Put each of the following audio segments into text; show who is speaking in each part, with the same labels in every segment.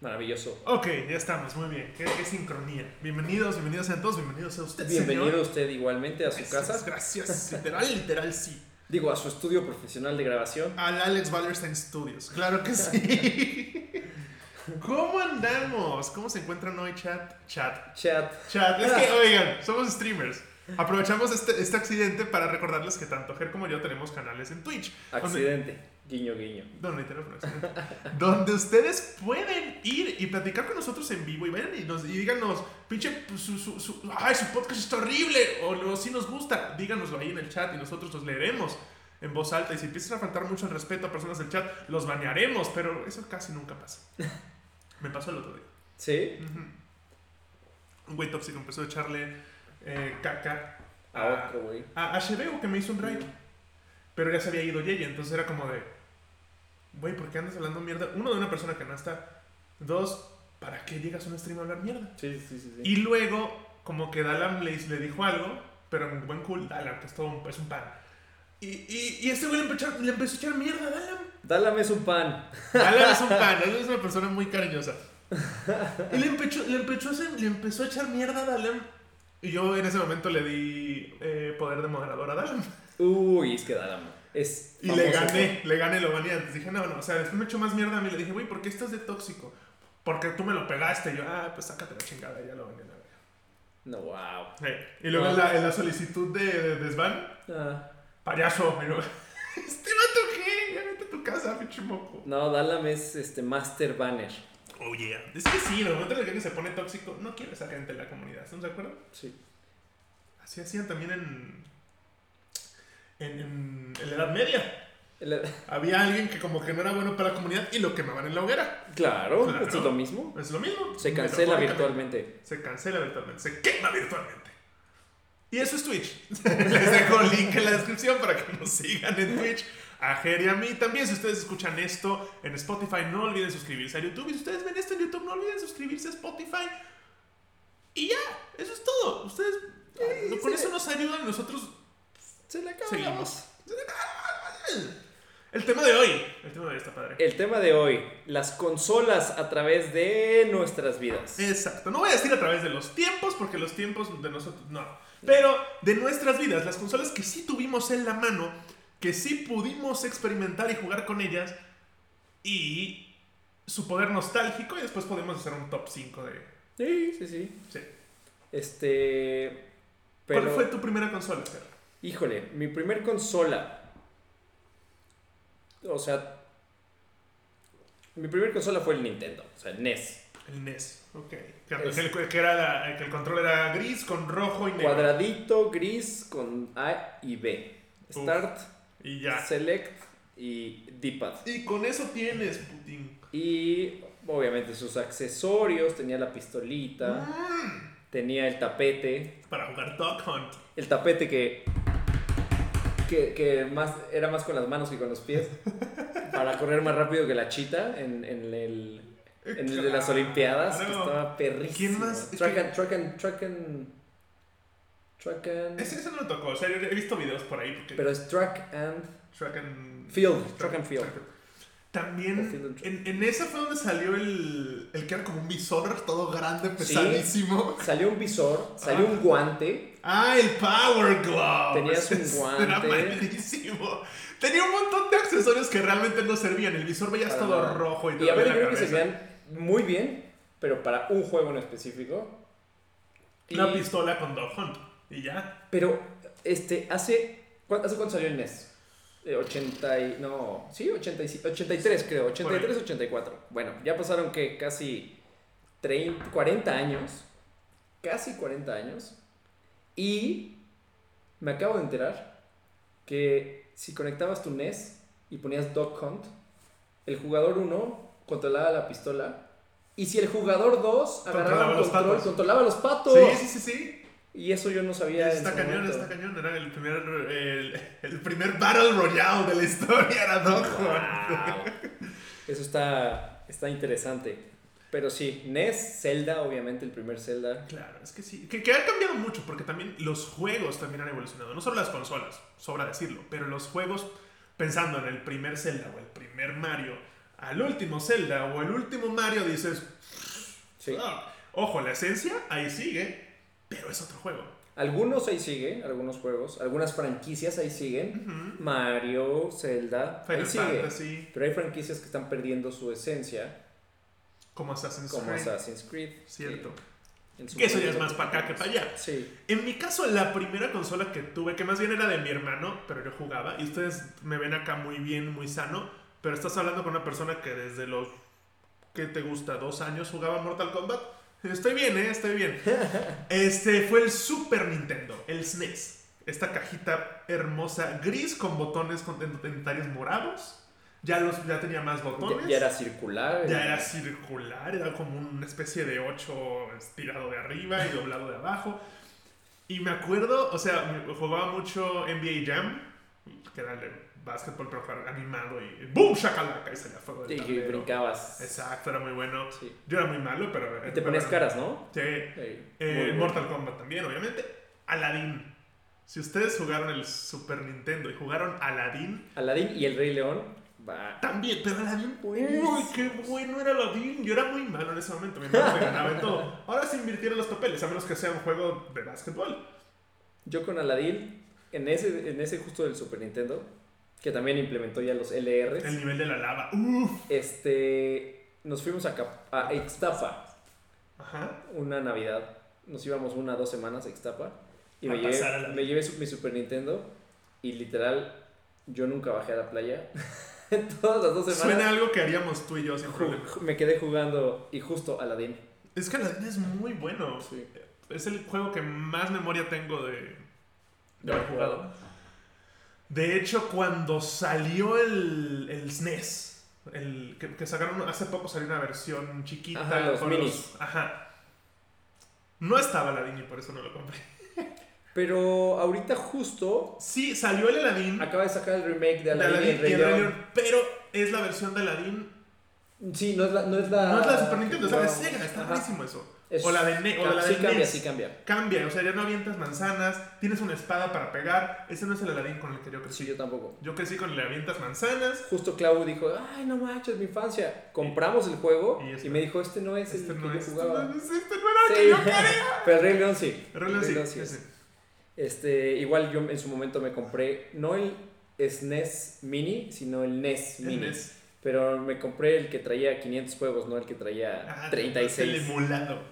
Speaker 1: Maravilloso.
Speaker 2: Ok, ya estamos, muy bien. Qué, qué sincronía. Bienvenidos, bienvenidos sean todos, bienvenidos a usted.
Speaker 1: Bienvenido
Speaker 2: señor.
Speaker 1: usted igualmente a su
Speaker 2: Gracias,
Speaker 1: casa,
Speaker 2: Gracias, literal, literal sí.
Speaker 1: digo, a su estudio profesional de grabación.
Speaker 2: Al Alex Wallerstein Studios, claro que sí. ¿Cómo andamos? ¿Cómo se encuentran hoy, chat? Chat.
Speaker 1: Chat.
Speaker 2: Chat, es que, oigan, somos streamers. Aprovechamos este, este accidente para recordarles que tanto Ger como yo tenemos canales en Twitch. donde-
Speaker 1: Accidente. Guiño, guiño.
Speaker 2: No, no hay teléfono, excelente. Donde ustedes pueden ir y platicar con nosotros en vivo y vayan y, nos, y díganos, pinche, pues, su, su, su- ay, su podcast está horrible o, lo- si nos gusta, díganoslo ahí en el chat y nosotros los leeremos en voz alta y si empiezan a faltar mucho el respeto a personas del chat, los banearemos, pero eso casi nunca pasa. Me pasó el otro día.
Speaker 1: ¿Sí?
Speaker 2: Ujú. Un güey tóxico empezó a echarle eh, caca
Speaker 1: A
Speaker 2: Ah.
Speaker 1: otro, güey.
Speaker 2: a, a Shebeo que me hizo un raid. Pero ya se había ido Yeye, entonces era como de. Güey, ¿por qué andas hablando mierda? Uno, de una persona que no está. Dos, ¿para qué llegas a un stream a hablar mierda?
Speaker 1: Sí, sí, sí. sí.
Speaker 2: Y luego, como que Dalam le, le dijo algo, pero en buen cool, Dalam, que es todo un, es un pan. Y, y, y este güey le empezó, a- le empezó a echar mierda a Dalam.
Speaker 1: Dálame su pan.
Speaker 2: Alan es un pan, Alan es una persona muy cariñosa. Y le empezó, le empezó, a, hacer- le empezó a echar mierda a Dalam. Y yo en ese momento le di eh, poder de moderador a Dalam.
Speaker 1: Uy, es que Dálame. Es
Speaker 2: Y le
Speaker 1: famoso,
Speaker 2: gané, le gané, lo gané antes. Dije, no, no, o sea, después me echó más mierda a mí. Le dije, güey, ¿por qué estás de tóxico? Porque tú me lo pegaste. Y yo, ah, pues sácate la chingada, ya lo gané. la verga.
Speaker 1: No, wow.
Speaker 2: Eh, Y luego en la, en la solicitud de, de desván,
Speaker 1: Ah,
Speaker 2: payaso. Y yo, este vato, ¿qué? Ya vete a tu casa, pinche moco.
Speaker 1: No, Dálame es este Master Banner.
Speaker 2: Oh, yeah. Es que sí, en el momento en el que alguien se pone tóxico, no quiere esa gente en la comunidad. ¿Estamos de acuerdo?
Speaker 1: Sí.
Speaker 2: Así hacían también en, en, en- en la Edad Media.
Speaker 1: El- eh,
Speaker 2: Había alguien que como que no era bueno para la comunidad y lo quemaban en la hoguera.
Speaker 1: Claro,
Speaker 2: Claro.
Speaker 1: esto es lo mismo.
Speaker 2: Es lo mismo.
Speaker 1: Se cancela
Speaker 2: Metafóricamente.
Speaker 1: virtualmente.
Speaker 2: Se cancela virtualmente. Se quema virtualmente. Y eso es Twitch. Les dejo el link en la descripción para que nos sigan en Twitch. A Ger y a mí también. Si ustedes escuchan esto en Spotify, no olviden suscribirse a YouTube. Y si ustedes ven esto en YouTube, no olviden suscribirse a Spotify. Y ya, eso es todo. Ustedes eh,
Speaker 1: Sí,
Speaker 2: con
Speaker 1: sí.
Speaker 2: eso nos ayudan. Nosotros
Speaker 1: Se le acabamos.
Speaker 2: seguimos. El tema de hoy. El tema de hoy está padre.
Speaker 1: El tema de hoy, las consolas a través de nuestras vidas.
Speaker 2: Exacto. No voy a decir a través de los tiempos, porque los tiempos de nosotros. No. Pero de nuestras vidas, las consolas que sí tuvimos en la mano, que sí pudimos experimentar y jugar con ellas, y su poder nostálgico, y después podemos hacer un top 5 de.
Speaker 1: Sí, sí, sí.
Speaker 2: Sí.
Speaker 1: Este. Pero.
Speaker 2: ¿Cuál fue tu primera consola, Fer?
Speaker 1: Híjole, mi primer consola. O sea. Mi primer consola fue el Nintendo, o sea, E el NES.
Speaker 2: El NES. Ok. Que, que- que era la- que el control era gris con rojo y negro.
Speaker 1: Cuadradito, gris con A y B.
Speaker 2: Uf,
Speaker 1: Start,
Speaker 2: Y ya.
Speaker 1: Select y D-pad.
Speaker 2: Y con eso tienes, Putin.
Speaker 1: Y obviamente sus accesorios: tenía la pistolita,
Speaker 2: Mm,
Speaker 1: tenía el tapete.
Speaker 2: para jugar Dog Hunt.
Speaker 1: el tapete que, que, que más, era más con las manos que con los pies para correr más rápido que la chita en, en el, en el de las Olimpiadas. que
Speaker 2: Claro.
Speaker 1: estaba perrísimo.
Speaker 2: Ah, ¿Quién más? Es
Speaker 1: Track
Speaker 2: que-
Speaker 1: and, track and, track and, track and-
Speaker 2: Ese, ese no lo tocó, o sea, yo he visto videos por ahí porque
Speaker 1: pero es track and
Speaker 2: Track and
Speaker 1: field, track and field. Track
Speaker 2: También
Speaker 1: and-
Speaker 2: en, en esa fue donde salió el, el que era como un visor todo grande, pesadísimo.
Speaker 1: Salió un visor, salió un guante.
Speaker 2: Ah, el Power Glove.
Speaker 1: Tenías un
Speaker 2: Ese Era
Speaker 1: guante.
Speaker 2: malísimo. Tenía un montón de accesorios que realmente no servían. El visor veías
Speaker 1: para
Speaker 2: todo
Speaker 1: nada.
Speaker 2: rojo y te
Speaker 1: Y a
Speaker 2: dolía
Speaker 1: veces
Speaker 2: la
Speaker 1: creo que se
Speaker 2: cabeza.
Speaker 1: veían muy bien, pero para un juego en específico.
Speaker 2: Una
Speaker 1: Y-
Speaker 2: pistola con Dog Hunt y ya.
Speaker 1: Pero, este, hace. ¿cuán- ¿Hace cuánto salió el NES? Eh, 80 y. No, sí, 80 y si- 83, creo. 83, 84. Bueno, ya pasaron que casi 30, 40 años. Casi 40 años. Y me acabo de enterar que si conectabas tu NES y ponías Dog Hunt, el jugador 1 controlaba la pistola. Y si el jugador 2 agarraba
Speaker 2: Controlaba
Speaker 1: el
Speaker 2: los
Speaker 1: control,
Speaker 2: patos.
Speaker 1: controlaba los patos.
Speaker 2: Sí, sí, sí, sí.
Speaker 1: Y eso yo no sabía. en
Speaker 2: Está
Speaker 1: su
Speaker 2: cañón,
Speaker 1: momento.
Speaker 2: está cañón. Era el primer, el, el primer Battle Royale de la historia, era Dog
Speaker 1: Ah,
Speaker 2: Hunt.
Speaker 1: Wow. Eso está, está interesante. Pero sí, NES, Zelda, obviamente el primer Zelda.
Speaker 2: Claro, es que sí. Que, que ha cambiado mucho porque también los juegos también han evolucionado. No solo las consolas, sobra decirlo, pero los juegos, pensando en el primer Zelda o el primer Mario, al último Zelda o al último Mario dices,
Speaker 1: Sí.
Speaker 2: "Ah". ojo, la esencia ahí sigue, pero es otro juego.
Speaker 1: Algunos ahí siguen, algunos juegos, algunas franquicias ahí siguen.
Speaker 2: Ujú.
Speaker 1: Mario, Zelda, ahí
Speaker 2: Final
Speaker 1: sigue.
Speaker 2: Fantasy,
Speaker 1: Pero hay franquicias que están perdiendo su esencia,
Speaker 2: como Assassin's
Speaker 1: como
Speaker 2: Creed.
Speaker 1: Assassin's Creed.
Speaker 2: Cierto.
Speaker 1: que en su
Speaker 2: Que eso ya es
Speaker 1: momento-
Speaker 2: más para acá que para allá.
Speaker 1: Sí,
Speaker 2: En mi caso, la primera consola que tuve, que más bien era de mi hermano, pero yo jugaba, y ustedes me ven acá muy bien, muy sano, pero estás hablando con una persona que desde los, ¿qué te gusta? ¿Dos años jugaba Mortal Kombat? Estoy bien, ¿eh? Estoy bien. Este fue el Super Nintendo, el SNES. Esta cajita hermosa, gris, con botones con dentarios morados. Ya, los, ya tenía más botones.
Speaker 1: ya, ya era circular.
Speaker 2: Ya era circular, era como una especie de 8 estirado de arriba y doblado de abajo. Y me acuerdo, o sea, jugaba mucho NBA Jam, que era el de básquetbol, pero claro, animado y ¡boom! ¡Shakalaka! Y salía fuego
Speaker 1: Y
Speaker 2: del
Speaker 1: que
Speaker 2: tablero.
Speaker 1: brincabas.
Speaker 2: Exacto, era muy bueno.
Speaker 1: Sí.
Speaker 2: Yo era muy malo, pero...
Speaker 1: Y te ponías
Speaker 2: pero-
Speaker 1: caras, ¿no?
Speaker 2: Sí.
Speaker 1: Sí.
Speaker 2: Eh,
Speaker 1: Muy bien.
Speaker 2: Mortal Kombat también, obviamente. Aladdin. Si ustedes jugaron el Super Nintendo y jugaron Aladdin,
Speaker 1: Aladdin y el Rey León. Va.
Speaker 2: También, pero Aladdin,
Speaker 1: Buenísimo.
Speaker 2: uy, qué bueno era Aladdin. Yo era muy malo en ese momento, mi hermano me ganaba en todo. Ahora se invirtieron los papeles, a menos que sea un juego de básquetbol.
Speaker 1: Yo con Aladdin, en ese, en ese justo del Super Nintendo, que también implementó ya los LRs,
Speaker 2: El nivel de la lava, uff.
Speaker 1: este, nos fuimos a, Cap- a Ixtapa
Speaker 2: Ajá.
Speaker 1: una Navidad. Nos íbamos una dos semanas a Ixtapa. Y
Speaker 2: A
Speaker 1: me llevé,
Speaker 2: pasar Aladdin.
Speaker 1: me llevé su- mi Super Nintendo. Y literal, yo nunca bajé a la playa. En Todas las dos
Speaker 2: Suena
Speaker 1: semanas
Speaker 2: algo que haríamos tú y yo sin
Speaker 1: ju-
Speaker 2: problema.
Speaker 1: me quedé jugando y justo Aladdin.
Speaker 2: Es que Aladdin es muy bueno.
Speaker 1: Sí.
Speaker 2: Es el juego que más memoria tengo de, de
Speaker 1: De
Speaker 2: haber
Speaker 1: haber jugado.
Speaker 2: jugado. De hecho, cuando salió el, el SNES, el, que, que sacaron hace poco salió una versión chiquita.
Speaker 1: Ajá, los
Speaker 2: con
Speaker 1: minis.
Speaker 2: ajá. No estaba Aladdin y por eso no lo compré.
Speaker 1: Pero ahorita justo
Speaker 2: Sí, salió el Aladdin.
Speaker 1: acaba de sacar el remake de
Speaker 2: de
Speaker 1: Aladdin, y el Rey
Speaker 2: y el Rey
Speaker 1: León.
Speaker 2: León, pero es la versión de Aladdin.
Speaker 1: Sí, no es la. No es la,
Speaker 2: No es la de Super Nintendo, es la de
Speaker 1: Wow.
Speaker 2: Sega. Está
Speaker 1: Ah, Ajá.
Speaker 2: buenísimo eso.
Speaker 1: Es-
Speaker 2: o la de, Ne- o la
Speaker 1: sí
Speaker 2: de E
Speaker 1: cambia,
Speaker 2: NES.
Speaker 1: sí cambia.
Speaker 2: Cambia, o sea, ya no avientas manzanas, tienes una espada para pegar. Ese no es el Aladdin con el que yo crecí.
Speaker 1: Sí, yo tampoco.
Speaker 2: Yo crecí con le avientas manzanas.
Speaker 1: Justo Clau dijo, ay, no manches, mi infancia. Compramos el juego
Speaker 2: Y
Speaker 1: y,
Speaker 2: este-
Speaker 1: me dijo, este no es
Speaker 2: Este
Speaker 1: el
Speaker 2: no,
Speaker 1: que
Speaker 2: es,
Speaker 1: yo
Speaker 2: este
Speaker 1: jugaba.
Speaker 2: no es, este no era el
Speaker 1: Sí.
Speaker 2: que yo quería.
Speaker 1: Pero el Rey León sí.
Speaker 2: Pero no,
Speaker 1: El
Speaker 2: sí,
Speaker 1: León
Speaker 2: sí,
Speaker 1: es.
Speaker 2: sí.
Speaker 1: Este, igual yo en su momento me compré, no el SNES Mini, sino el NES
Speaker 2: El E
Speaker 1: Mini.
Speaker 2: NES.
Speaker 1: Pero me compré el que traía 500 juegos, no el que
Speaker 2: Ah,
Speaker 1: traía
Speaker 2: El
Speaker 1: 36.
Speaker 2: emulado.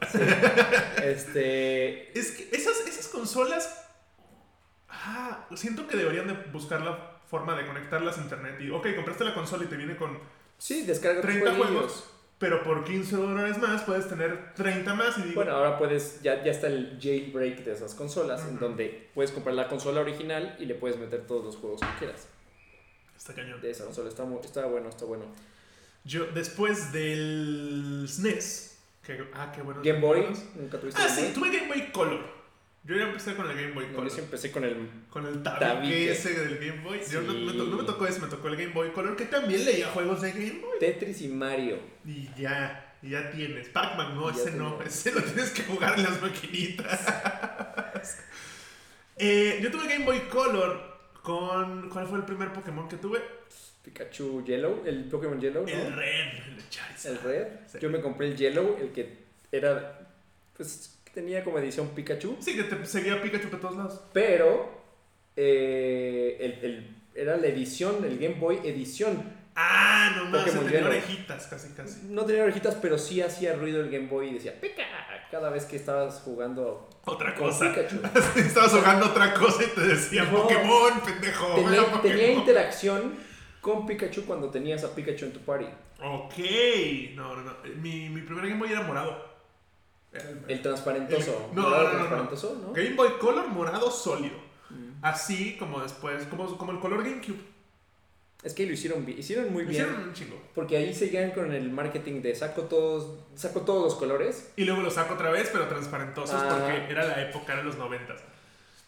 Speaker 1: Este,
Speaker 2: Es que esas, esas consolas. Ah, siento que deberían de buscar la forma de conectarlas a internet. Y, ok, compraste la consola y te viene con.
Speaker 1: sí, descarga tus
Speaker 2: 30
Speaker 1: jueguillos.
Speaker 2: juegos. Pero por 15 dólares más puedes tener 30 más. Y digo,
Speaker 1: Bueno, ahora puedes, ya, ya está el jailbreak de esas consolas, en
Speaker 2: Ujú.
Speaker 1: donde puedes comprar la consola original y le puedes meter todos los juegos que quieras.
Speaker 2: está cañón.
Speaker 1: De esa consola está, mu- está bueno, está bueno.
Speaker 2: Yo, después del SNES. que- ah, qué bueno.
Speaker 1: Game Boy, nunca tuviste
Speaker 2: Ah,
Speaker 1: Game
Speaker 2: sí,
Speaker 1: Boy?
Speaker 2: tuve Game Boy Color. Yo ya empecé con el Game Boy
Speaker 1: No,
Speaker 2: Color.
Speaker 1: yo sí empecé con el...
Speaker 2: Con el tabique,
Speaker 1: Tabique.
Speaker 2: ese del Game Boy. Yo no,
Speaker 1: Sí.
Speaker 2: me to- no me tocó ese, me tocó el Game Boy Color, que también leía juegos de Game Boy.
Speaker 1: Tetris y Mario.
Speaker 2: Y ya, y ya tienes. Pac-Man, no,
Speaker 1: Ya
Speaker 2: ese no,
Speaker 1: tengo.
Speaker 2: ese lo tienes que jugar en las maquinitas. Eh, yo tuve Game Boy Color con. ¿Cuál fue el primer Pokémon que tuve?
Speaker 1: Pikachu Yellow, el Pokémon Yellow, ¿no?
Speaker 2: El Red, el de Charizard.
Speaker 1: El Red.
Speaker 2: Sí.
Speaker 1: Yo me compré el Yellow, el que era... Pues tenía como edición Pikachu,
Speaker 2: Sí, que te seguía Pikachu por todos lados.
Speaker 1: pero... eh, el- el- era la edición, el Game Boy edición.
Speaker 2: Ah, no más,
Speaker 1: Pokémon
Speaker 2: tenía
Speaker 1: Yellow.
Speaker 2: orejitas casi, casi.
Speaker 1: No tenía orejitas, pero sí hacía ruido el Game Boy y decía ¡Pica! cada vez que estabas jugando
Speaker 2: Otra
Speaker 1: con
Speaker 2: cosa.
Speaker 1: Pikachu.
Speaker 2: Estabas jugando otra cosa y te decían
Speaker 1: No.
Speaker 2: Pokémon, pendejo.
Speaker 1: Tenía,
Speaker 2: juega
Speaker 1: tenía
Speaker 2: Pokémon".
Speaker 1: interacción con Pikachu cuando tenías a Pikachu en tu party.
Speaker 2: Ok, no, no, no. Mi, mi primer Game Boy era morado. Era el-
Speaker 1: El transparentoso.
Speaker 2: El- no,
Speaker 1: ¿Morado
Speaker 2: no, no, no.
Speaker 1: transparentoso, ¿no?
Speaker 2: Game Boy Color morado sólido.
Speaker 1: Mm.
Speaker 2: Así como después, como, como el color GameCube.
Speaker 1: Es que lo hicieron, bi- hicieron muy
Speaker 2: Lo
Speaker 1: bien.
Speaker 2: hicieron un chingo.
Speaker 1: Porque ahí seguían con el marketing de saco todos, saco todos los colores.
Speaker 2: Y luego lo saco otra vez, pero transparentosos,
Speaker 1: Ah.
Speaker 2: porque era la época, eran los noventas.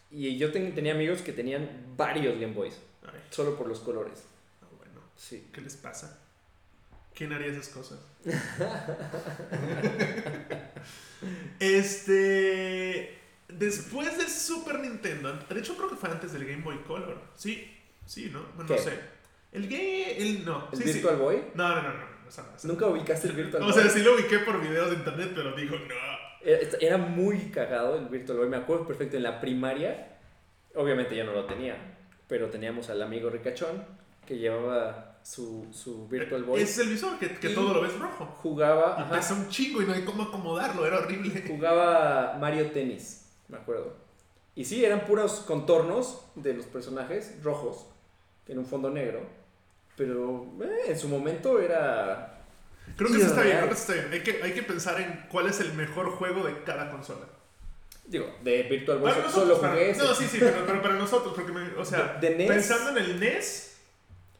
Speaker 1: Y yo ten- tenía amigos que tenían varios Game Boys,
Speaker 2: Ay,
Speaker 1: solo por los colores.
Speaker 2: no, bueno,
Speaker 1: Sí.
Speaker 2: ¿qué les pasa? ¿Quién haría esas cosas? este. Después del Super Nintendo, de hecho creo que fue antes del Game Boy Color. Sí, sí, ¿no? Bueno, no
Speaker 1: ¿Qué?
Speaker 2: sé. El Game. El, no,
Speaker 1: El
Speaker 2: sí, sí.
Speaker 1: Virtual Boy.
Speaker 2: No, no, no, no. esa no, esa no.
Speaker 1: Nunca ubicaste el Virtual
Speaker 2: O sea, sí lo ubiqué por videos de internet, pero digo, no.
Speaker 1: Era- Era muy cagado el Virtual Boy, me acuerdo perfecto. En la primaria, obviamente yo no lo tenía, pero teníamos al amigo ricachón que llevaba su, su Virtual Boy.
Speaker 2: Ese es el visor, que, que
Speaker 1: Y-
Speaker 2: todo lo ves rojo.
Speaker 1: Jugaba,
Speaker 2: Y
Speaker 1: ajá,
Speaker 2: pesa un chingo y no hay cómo acomodarlo, era horrible.
Speaker 1: jugaba Mario Tennis, me acuerdo. Y sí, eran puros contornos de los personajes rojos en un fondo negro. Pero eh, en su momento era.
Speaker 2: Creo que sí está bien,
Speaker 1: Irreal.
Speaker 2: creo que sí está bien. Hay que, hay que pensar en cuál es el mejor juego de cada consola.
Speaker 1: Digo, de Virtual Boy
Speaker 2: Para
Speaker 1: so-
Speaker 2: nosotros,
Speaker 1: solo
Speaker 2: para-
Speaker 1: jugué ese.
Speaker 2: No, sí, sí, pero, pero para nosotros, porque, me- o sea,
Speaker 1: De- de NES.
Speaker 2: pensando en el NES,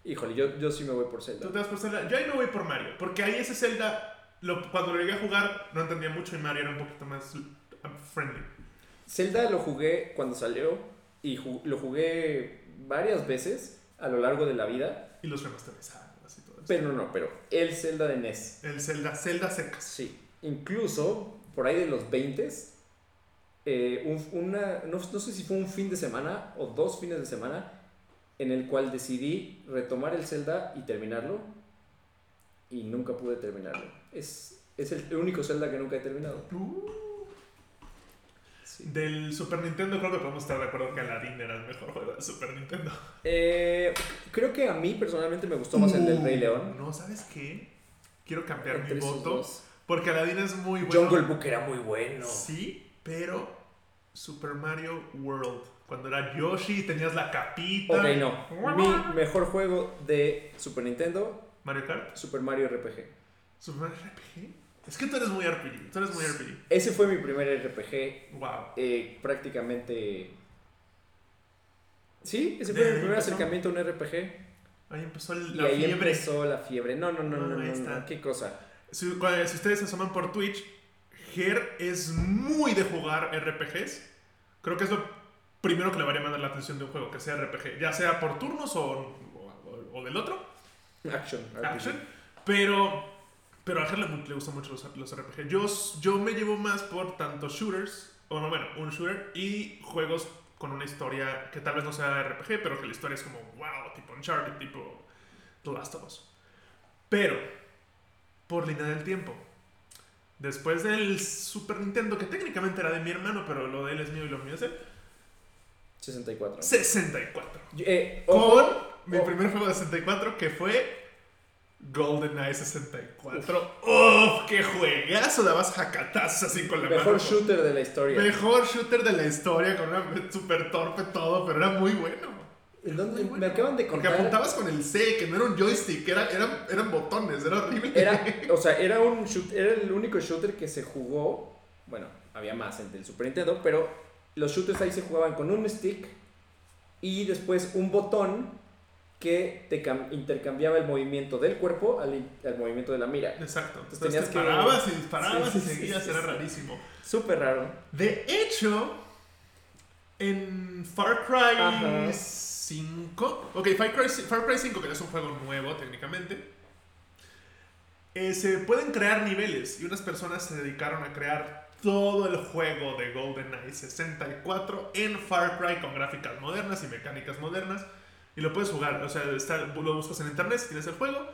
Speaker 1: Híjole, yo, yo sí me voy por Zelda.
Speaker 2: tú te vas por Zelda. Yo ahí me voy por Mario, porque ahí ese Zelda, lo- cuando lo llegué a jugar, no entendía mucho y Mario era un poquito más um, friendly.
Speaker 1: Zelda lo jugué cuando salió y ju- lo jugué varias veces a lo largo de la vida.
Speaker 2: Y los remasterizados y todo eso.
Speaker 1: Pero no, no, pero el Zelda de NES.
Speaker 2: El Zelda, Zelda secas.
Speaker 1: Sí. Incluso por ahí de los 20 eh, un- una, no, no sé si fue un fin de semana o dos fines de semana en el cual decidí retomar el Zelda y terminarlo. Y nunca pude terminarlo. Es, es el único Zelda que nunca he terminado.
Speaker 2: Uh,
Speaker 1: Sí.
Speaker 2: del Super Nintendo creo que podemos estar de acuerdo que Aladdin era el mejor juego del Super Nintendo.
Speaker 1: Eh, creo que a mí personalmente me gustó más el del
Speaker 2: Mm.
Speaker 1: Rey León.
Speaker 2: No, ¿sabes qué? Quiero cambiar
Speaker 1: Entre
Speaker 2: mi
Speaker 1: esos
Speaker 2: voto.
Speaker 1: dos.
Speaker 2: Porque Aladdin es muy bueno.
Speaker 1: Jungle Book era muy bueno.
Speaker 2: Sí, pero Super Mario World. Cuando era Yoshi y tenías la capita.
Speaker 1: Ok, no. Mi mejor juego de Super Nintendo,
Speaker 2: Mario Kart.
Speaker 1: Super Mario RPG.
Speaker 2: Super Mario RPG. Es que tú eres muy RPG. Tú eres muy RPG.
Speaker 1: Ese fue mi primer RPG
Speaker 2: Wow.
Speaker 1: eh, prácticamente... Sí, ese
Speaker 2: De
Speaker 1: fue
Speaker 2: ahí
Speaker 1: mi primer
Speaker 2: empezó.
Speaker 1: acercamiento a un RPG.
Speaker 2: Ahí empezó
Speaker 1: Y
Speaker 2: la
Speaker 1: ahí
Speaker 2: fiebre.
Speaker 1: empezó la fiebre. No, no, no,
Speaker 2: No,
Speaker 1: no, no,
Speaker 2: ahí
Speaker 1: no,
Speaker 2: está.
Speaker 1: qué cosa.
Speaker 2: Si, cuando- si ustedes se asoman por Twitch, Ger es muy de jugar RPGs. Creo que es lo primero que le va a llamar la atención de un juego, que sea RPG. Ya sea por turnos o, o- o del otro.
Speaker 1: Action. RPG.
Speaker 2: action. Pero, pero a Ger le, mu- le gustan mucho los, los RPG. Yo, s- yo me llevo más por tanto shooters, o no, bueno, un shooter, y juegos con una historia que tal vez no sea RPG, pero que la historia es como, wow, tipo Uncharted, tipo The Last of Us. Pero, por línea del tiempo. Después del Super Nintendo, que técnicamente era de mi hermano, pero lo de él es mío y lo mío es de él,
Speaker 1: 64.
Speaker 2: 64.
Speaker 1: Yo- eh,
Speaker 2: Con
Speaker 1: ojo,
Speaker 2: mi
Speaker 1: ojo.
Speaker 2: primer juego de 64 que fue GoldenEye 64. ¡Uf! ¡Qué juegazo! Dabas jacatazas así con la
Speaker 1: mejor
Speaker 2: mano.
Speaker 1: shooter de la historia.
Speaker 2: Mejor shooter de la historia, con una super torpe todo, pero era muy bueno.
Speaker 1: ¿En dónde-
Speaker 2: Muy bueno.
Speaker 1: Me acaban de
Speaker 2: Porque
Speaker 1: contar...
Speaker 2: apuntabas con el C, que no era un joystick, era, eran, eran botones, era horrible.
Speaker 1: Era, o sea, era, un shoot- era el único shooter que se jugó. Bueno, había más en el Super Nintendo, pero los shooters ahí se jugaban con un stick y después un botón que te cam- intercambiaba el movimiento del cuerpo al, in- al movimiento de la mira.
Speaker 2: Exacto. Entonces,
Speaker 1: Tenías
Speaker 2: te
Speaker 1: que-
Speaker 2: parabas y disparabas
Speaker 1: Sí,
Speaker 2: y
Speaker 1: sí, sí,
Speaker 2: seguías,
Speaker 1: sí,
Speaker 2: era
Speaker 1: sí.
Speaker 2: rarísimo.
Speaker 1: Súper raro.
Speaker 2: De hecho, en Far Cry
Speaker 1: Ajá.
Speaker 2: 5. Ok, Far Cry, Far Cry 5, que no es un juego nuevo técnicamente. eh, se pueden crear niveles y unas personas se dedicaron a crear todo el juego de GoldenEye 64 en Far Cry con gráficas modernas y mecánicas modernas. Y lo puedes jugar, o sea, está- lo buscas en internet, tienes el juego,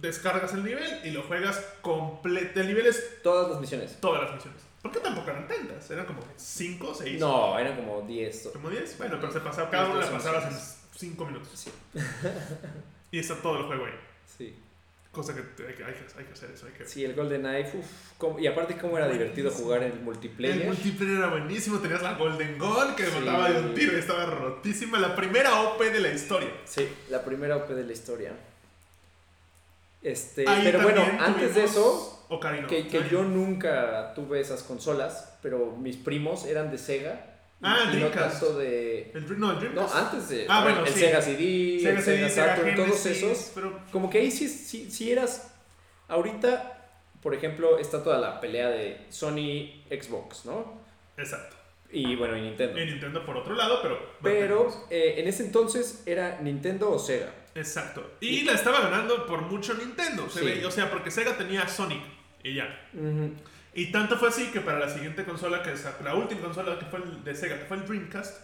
Speaker 2: descargas el nivel y lo juegas completo. El nivel es
Speaker 1: Todas las misiones.
Speaker 2: todas las misiones. ¿Por qué tampoco eran tantas? Eran como 5 o 6.
Speaker 1: No, eran como 10. o-
Speaker 2: Como 10. Bueno, pero se pasaba, cada
Speaker 1: Las
Speaker 2: una la
Speaker 1: dos
Speaker 2: pasabas
Speaker 1: misiones.
Speaker 2: en 5 minutos.
Speaker 1: Sí.
Speaker 2: y está todo el juego ahí.
Speaker 1: Sí.
Speaker 2: Cosa que te- hay que, hay que- hay que hacer eso. Hay que...
Speaker 1: Sí, el Golden Knife. y aparte, cómo era divertido jugar en el multiplayer.
Speaker 2: El multiplayer era buenísimo. Tenías la Golden Gun que
Speaker 1: Sí.
Speaker 2: mataba de un tiro y estaba rotísima. La primera OP de la historia.
Speaker 1: Sí, la primera OP de la historia. Este,
Speaker 2: Ahí
Speaker 1: pero bueno,
Speaker 2: también
Speaker 1: antes de
Speaker 2: tuvimos
Speaker 1: eso,
Speaker 2: Ocarina of
Speaker 1: Que, que
Speaker 2: Time.
Speaker 1: yo nunca tuve esas consolas, pero mis primos eran de Sega. y-
Speaker 2: Ah,
Speaker 1: y no
Speaker 2: Dreamcast.
Speaker 1: tanto de.
Speaker 2: El, Dream- no, el
Speaker 1: No,
Speaker 2: Dreamcast.
Speaker 1: antes de.
Speaker 2: Ah,
Speaker 1: a ver,
Speaker 2: bueno,
Speaker 1: el
Speaker 2: sí.
Speaker 1: Sega CD,
Speaker 2: Sega
Speaker 1: el
Speaker 2: CD,
Speaker 1: Sega
Speaker 2: Sega
Speaker 1: Saturn, todos
Speaker 2: Genesis,
Speaker 1: esos.
Speaker 2: Pero
Speaker 1: Como que ahí sí, sí, sí eras. Ahorita, por ejemplo, está toda la pelea de Sony Xbox, ¿no?
Speaker 2: Exacto.
Speaker 1: Y bueno, y Nintendo.
Speaker 2: Y Nintendo por otro lado, pero.
Speaker 1: Pero eh, en ese entonces era Nintendo o Sega.
Speaker 2: Exacto. Y la estaba ganando por mucho Nintendo. se
Speaker 1: Sí.
Speaker 2: ve- o sea, porque Sega tenía Sonic y ya. Y tanto fue así que para la siguiente consola, que sa- la última consola que fue el de Sega, que fue el Dreamcast,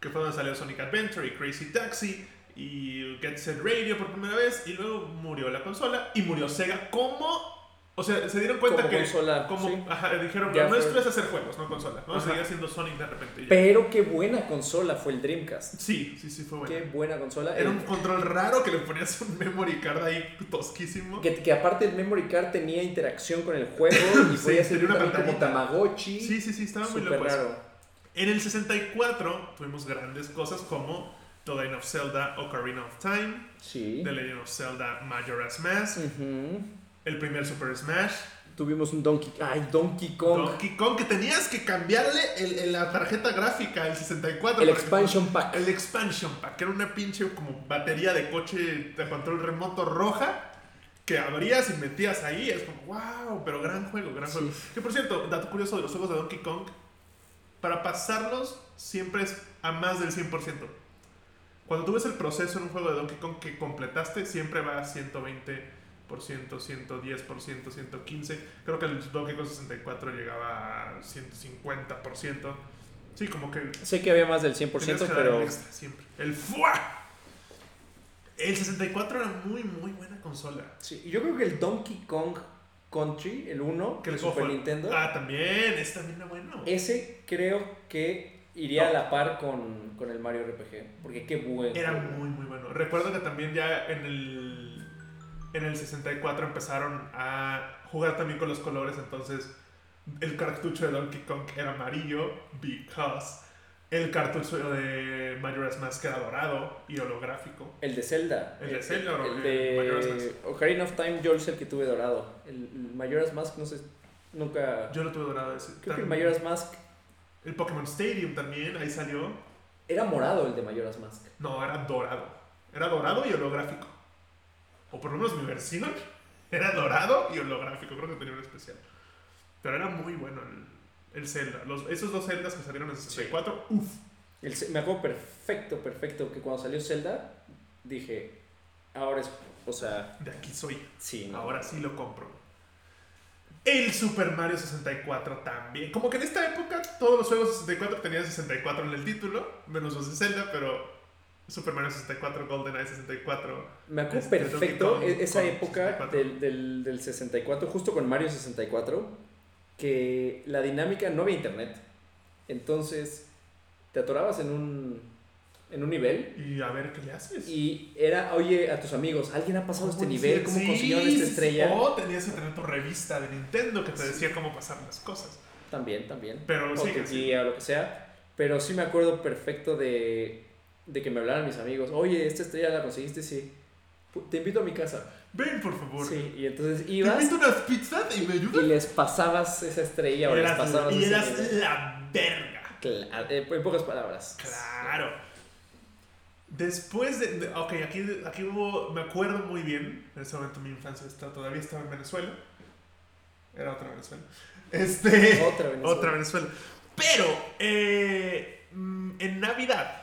Speaker 2: que fue donde salió Sonic Adventure y Crazy Taxi y Get Set Radio por primera vez y luego murió la consola y murió Sega como o sea, se dieron cuenta
Speaker 1: Como
Speaker 2: que
Speaker 1: consola,
Speaker 2: como
Speaker 1: sí.
Speaker 2: ajá, dijeron,
Speaker 1: Ya
Speaker 2: lo
Speaker 1: fue.
Speaker 2: nuestro es hacer juegos, no consola. Vamos
Speaker 1: Ajá.
Speaker 2: a seguir haciendo Sonic de repente. y ya.
Speaker 1: Pero qué buena consola fue el Dreamcast.
Speaker 2: Sí, sí, sí fue bueno.
Speaker 1: Qué buena consola.
Speaker 2: Era
Speaker 1: El-
Speaker 2: un control raro que le ponías un memory card ahí tosquísimo.
Speaker 1: que, que aparte el memory card tenía interacción con el juego y
Speaker 2: Sí,
Speaker 1: podía ser
Speaker 2: tenía una
Speaker 1: también como
Speaker 2: pantallita.
Speaker 1: Tamagotchi.
Speaker 2: Sí, sí, sí, estaba muy
Speaker 1: Súper
Speaker 2: loco. eso.
Speaker 1: raro.
Speaker 2: En el 64 tuvimos grandes cosas como The Legend of Zelda Ocarina of Time,
Speaker 1: Sí.
Speaker 2: The Legend of Zelda Majora's Mask,
Speaker 1: Ujú.
Speaker 2: el primer Super Smash,
Speaker 1: Tuvimos un Donkey Ay, Donkey Kong.
Speaker 2: Donkey Kong, que tenías que cambiarle el- el- la tarjeta gráfica al 64.
Speaker 1: El
Speaker 2: para que-
Speaker 1: expansion pack.
Speaker 2: El expansion pack, que era una pinche como batería de coche de control remoto roja que abrías y metías ahí. Es como, wow, pero gran juego, gran
Speaker 1: Sí.
Speaker 2: juego. Que por cierto, dato curioso de los juegos de Donkey Kong, para pasarlos siempre es a más del 100%. Cuando tú ves el proceso en un juego de Donkey Kong que completaste, siempre va a 120%, 110%, 115%. Creo que el Donkey Kong 64 llegaba a 150%. Sí, como que
Speaker 1: Sé que había más del 100%,
Speaker 2: Tenías que dar
Speaker 1: pero
Speaker 2: el extra siempre. El FUA. El 64 era muy, muy buena consola.
Speaker 1: Sí, yo creo que el Donkey Kong Country, el 1,
Speaker 2: Que
Speaker 1: que
Speaker 2: el
Speaker 1: el Super
Speaker 2: juego fue-
Speaker 1: Nintendo,
Speaker 2: Ah, también. Ese también era bueno.
Speaker 1: ese creo que iría
Speaker 2: No.
Speaker 1: a la par con, con el Mario RPG, porque qué bueno.
Speaker 2: Era muy, muy bueno. Recuerdo que también ya en el. En el 64 empezaron a jugar también con los colores. Entonces, el cartucho de Donkey Kong era amarillo. Because. El cartucho de Majora's Mask era dorado y holográfico.
Speaker 1: El de Zelda.
Speaker 2: El de Zelda, ¿no?
Speaker 1: El
Speaker 2: Majora's
Speaker 1: de
Speaker 2: Mask.
Speaker 1: Ocarina of Time, yo es el que tuve dorado. El el Majora's Mask, no sé, nunca...
Speaker 2: Yo lo tuve dorado ese.
Speaker 1: creo que el
Speaker 2: También-
Speaker 1: Majora's Mask
Speaker 2: El Pokémon Stadium también, ahí salió.
Speaker 1: era morado el de Majora's Mask.
Speaker 2: No, era dorado. Era dorado y holográfico. O por lo menos mi versión era dorado y holográfico. Creo que tenía un especial. Pero era muy bueno el, el Zelda. Los- esos dos Zeldas que salieron en 64, uff.
Speaker 1: El Ce- me acuerdo perfecto, perfecto, que cuando salió Zelda, dije, ahora es, o sea,
Speaker 2: De aquí soy.
Speaker 1: sí, no.
Speaker 2: Ahora sí lo compro. El Super Mario 64 también. Como que en esta época todos los juegos 64 tenían 64 en el título, menos los de Zelda, pero Super Mario 64, GoldenEye 64.
Speaker 1: Me acuerdo
Speaker 2: Este,
Speaker 1: perfecto
Speaker 2: Donkey Kong
Speaker 1: e- esa
Speaker 2: con
Speaker 1: época
Speaker 2: 64.
Speaker 1: del, del, del 64, justo con Mario 64, que la dinámica no había internet. Entonces, te atorabas en un, en un nivel
Speaker 2: Y a ver qué le haces.
Speaker 1: y era, oye, a tus amigos, ¿alguien ha pasado este
Speaker 2: ¿Cómo
Speaker 1: nivel?
Speaker 2: hicieron?
Speaker 1: ¿Cómo
Speaker 2: Ah, Sí,
Speaker 1: consiguieron
Speaker 2: sí,
Speaker 1: esta
Speaker 2: sí. oh.
Speaker 1: estrella?
Speaker 2: O tenías que tener tu revista de Nintendo que te
Speaker 1: Sí.
Speaker 2: decía cómo pasar las cosas.
Speaker 1: También, también.
Speaker 2: Pero
Speaker 1: O
Speaker 2: sí,
Speaker 1: tu
Speaker 2: que sí.
Speaker 1: guía o lo que sea. Pero sí me acuerdo perfecto de, de que me hablaran mis amigos, oye, esta estrella la conseguiste, sí. Pu- Te invito a mi casa.
Speaker 2: Ven, por favor.
Speaker 1: Sí, y entonces
Speaker 2: Te
Speaker 1: ibas
Speaker 2: invito unas pizzas y me
Speaker 1: y
Speaker 2: ayudas.
Speaker 1: les pasabas esa estrella o
Speaker 2: y
Speaker 1: les
Speaker 2: eras,
Speaker 1: pasabas
Speaker 2: y
Speaker 1: ese
Speaker 2: eras
Speaker 1: nivel.
Speaker 2: la verga.
Speaker 1: Cla- eh, en pocas palabras.
Speaker 2: Claro. Después de, de- Ok, aquí, aquí hubo. Me acuerdo muy bien. En ese momento mi infancia está, todavía estaba en Venezuela. Era otra Venezuela. Este.
Speaker 1: Otra Venezuela.
Speaker 2: Otra Venezuela. Pero, eh, mm, en Navidad,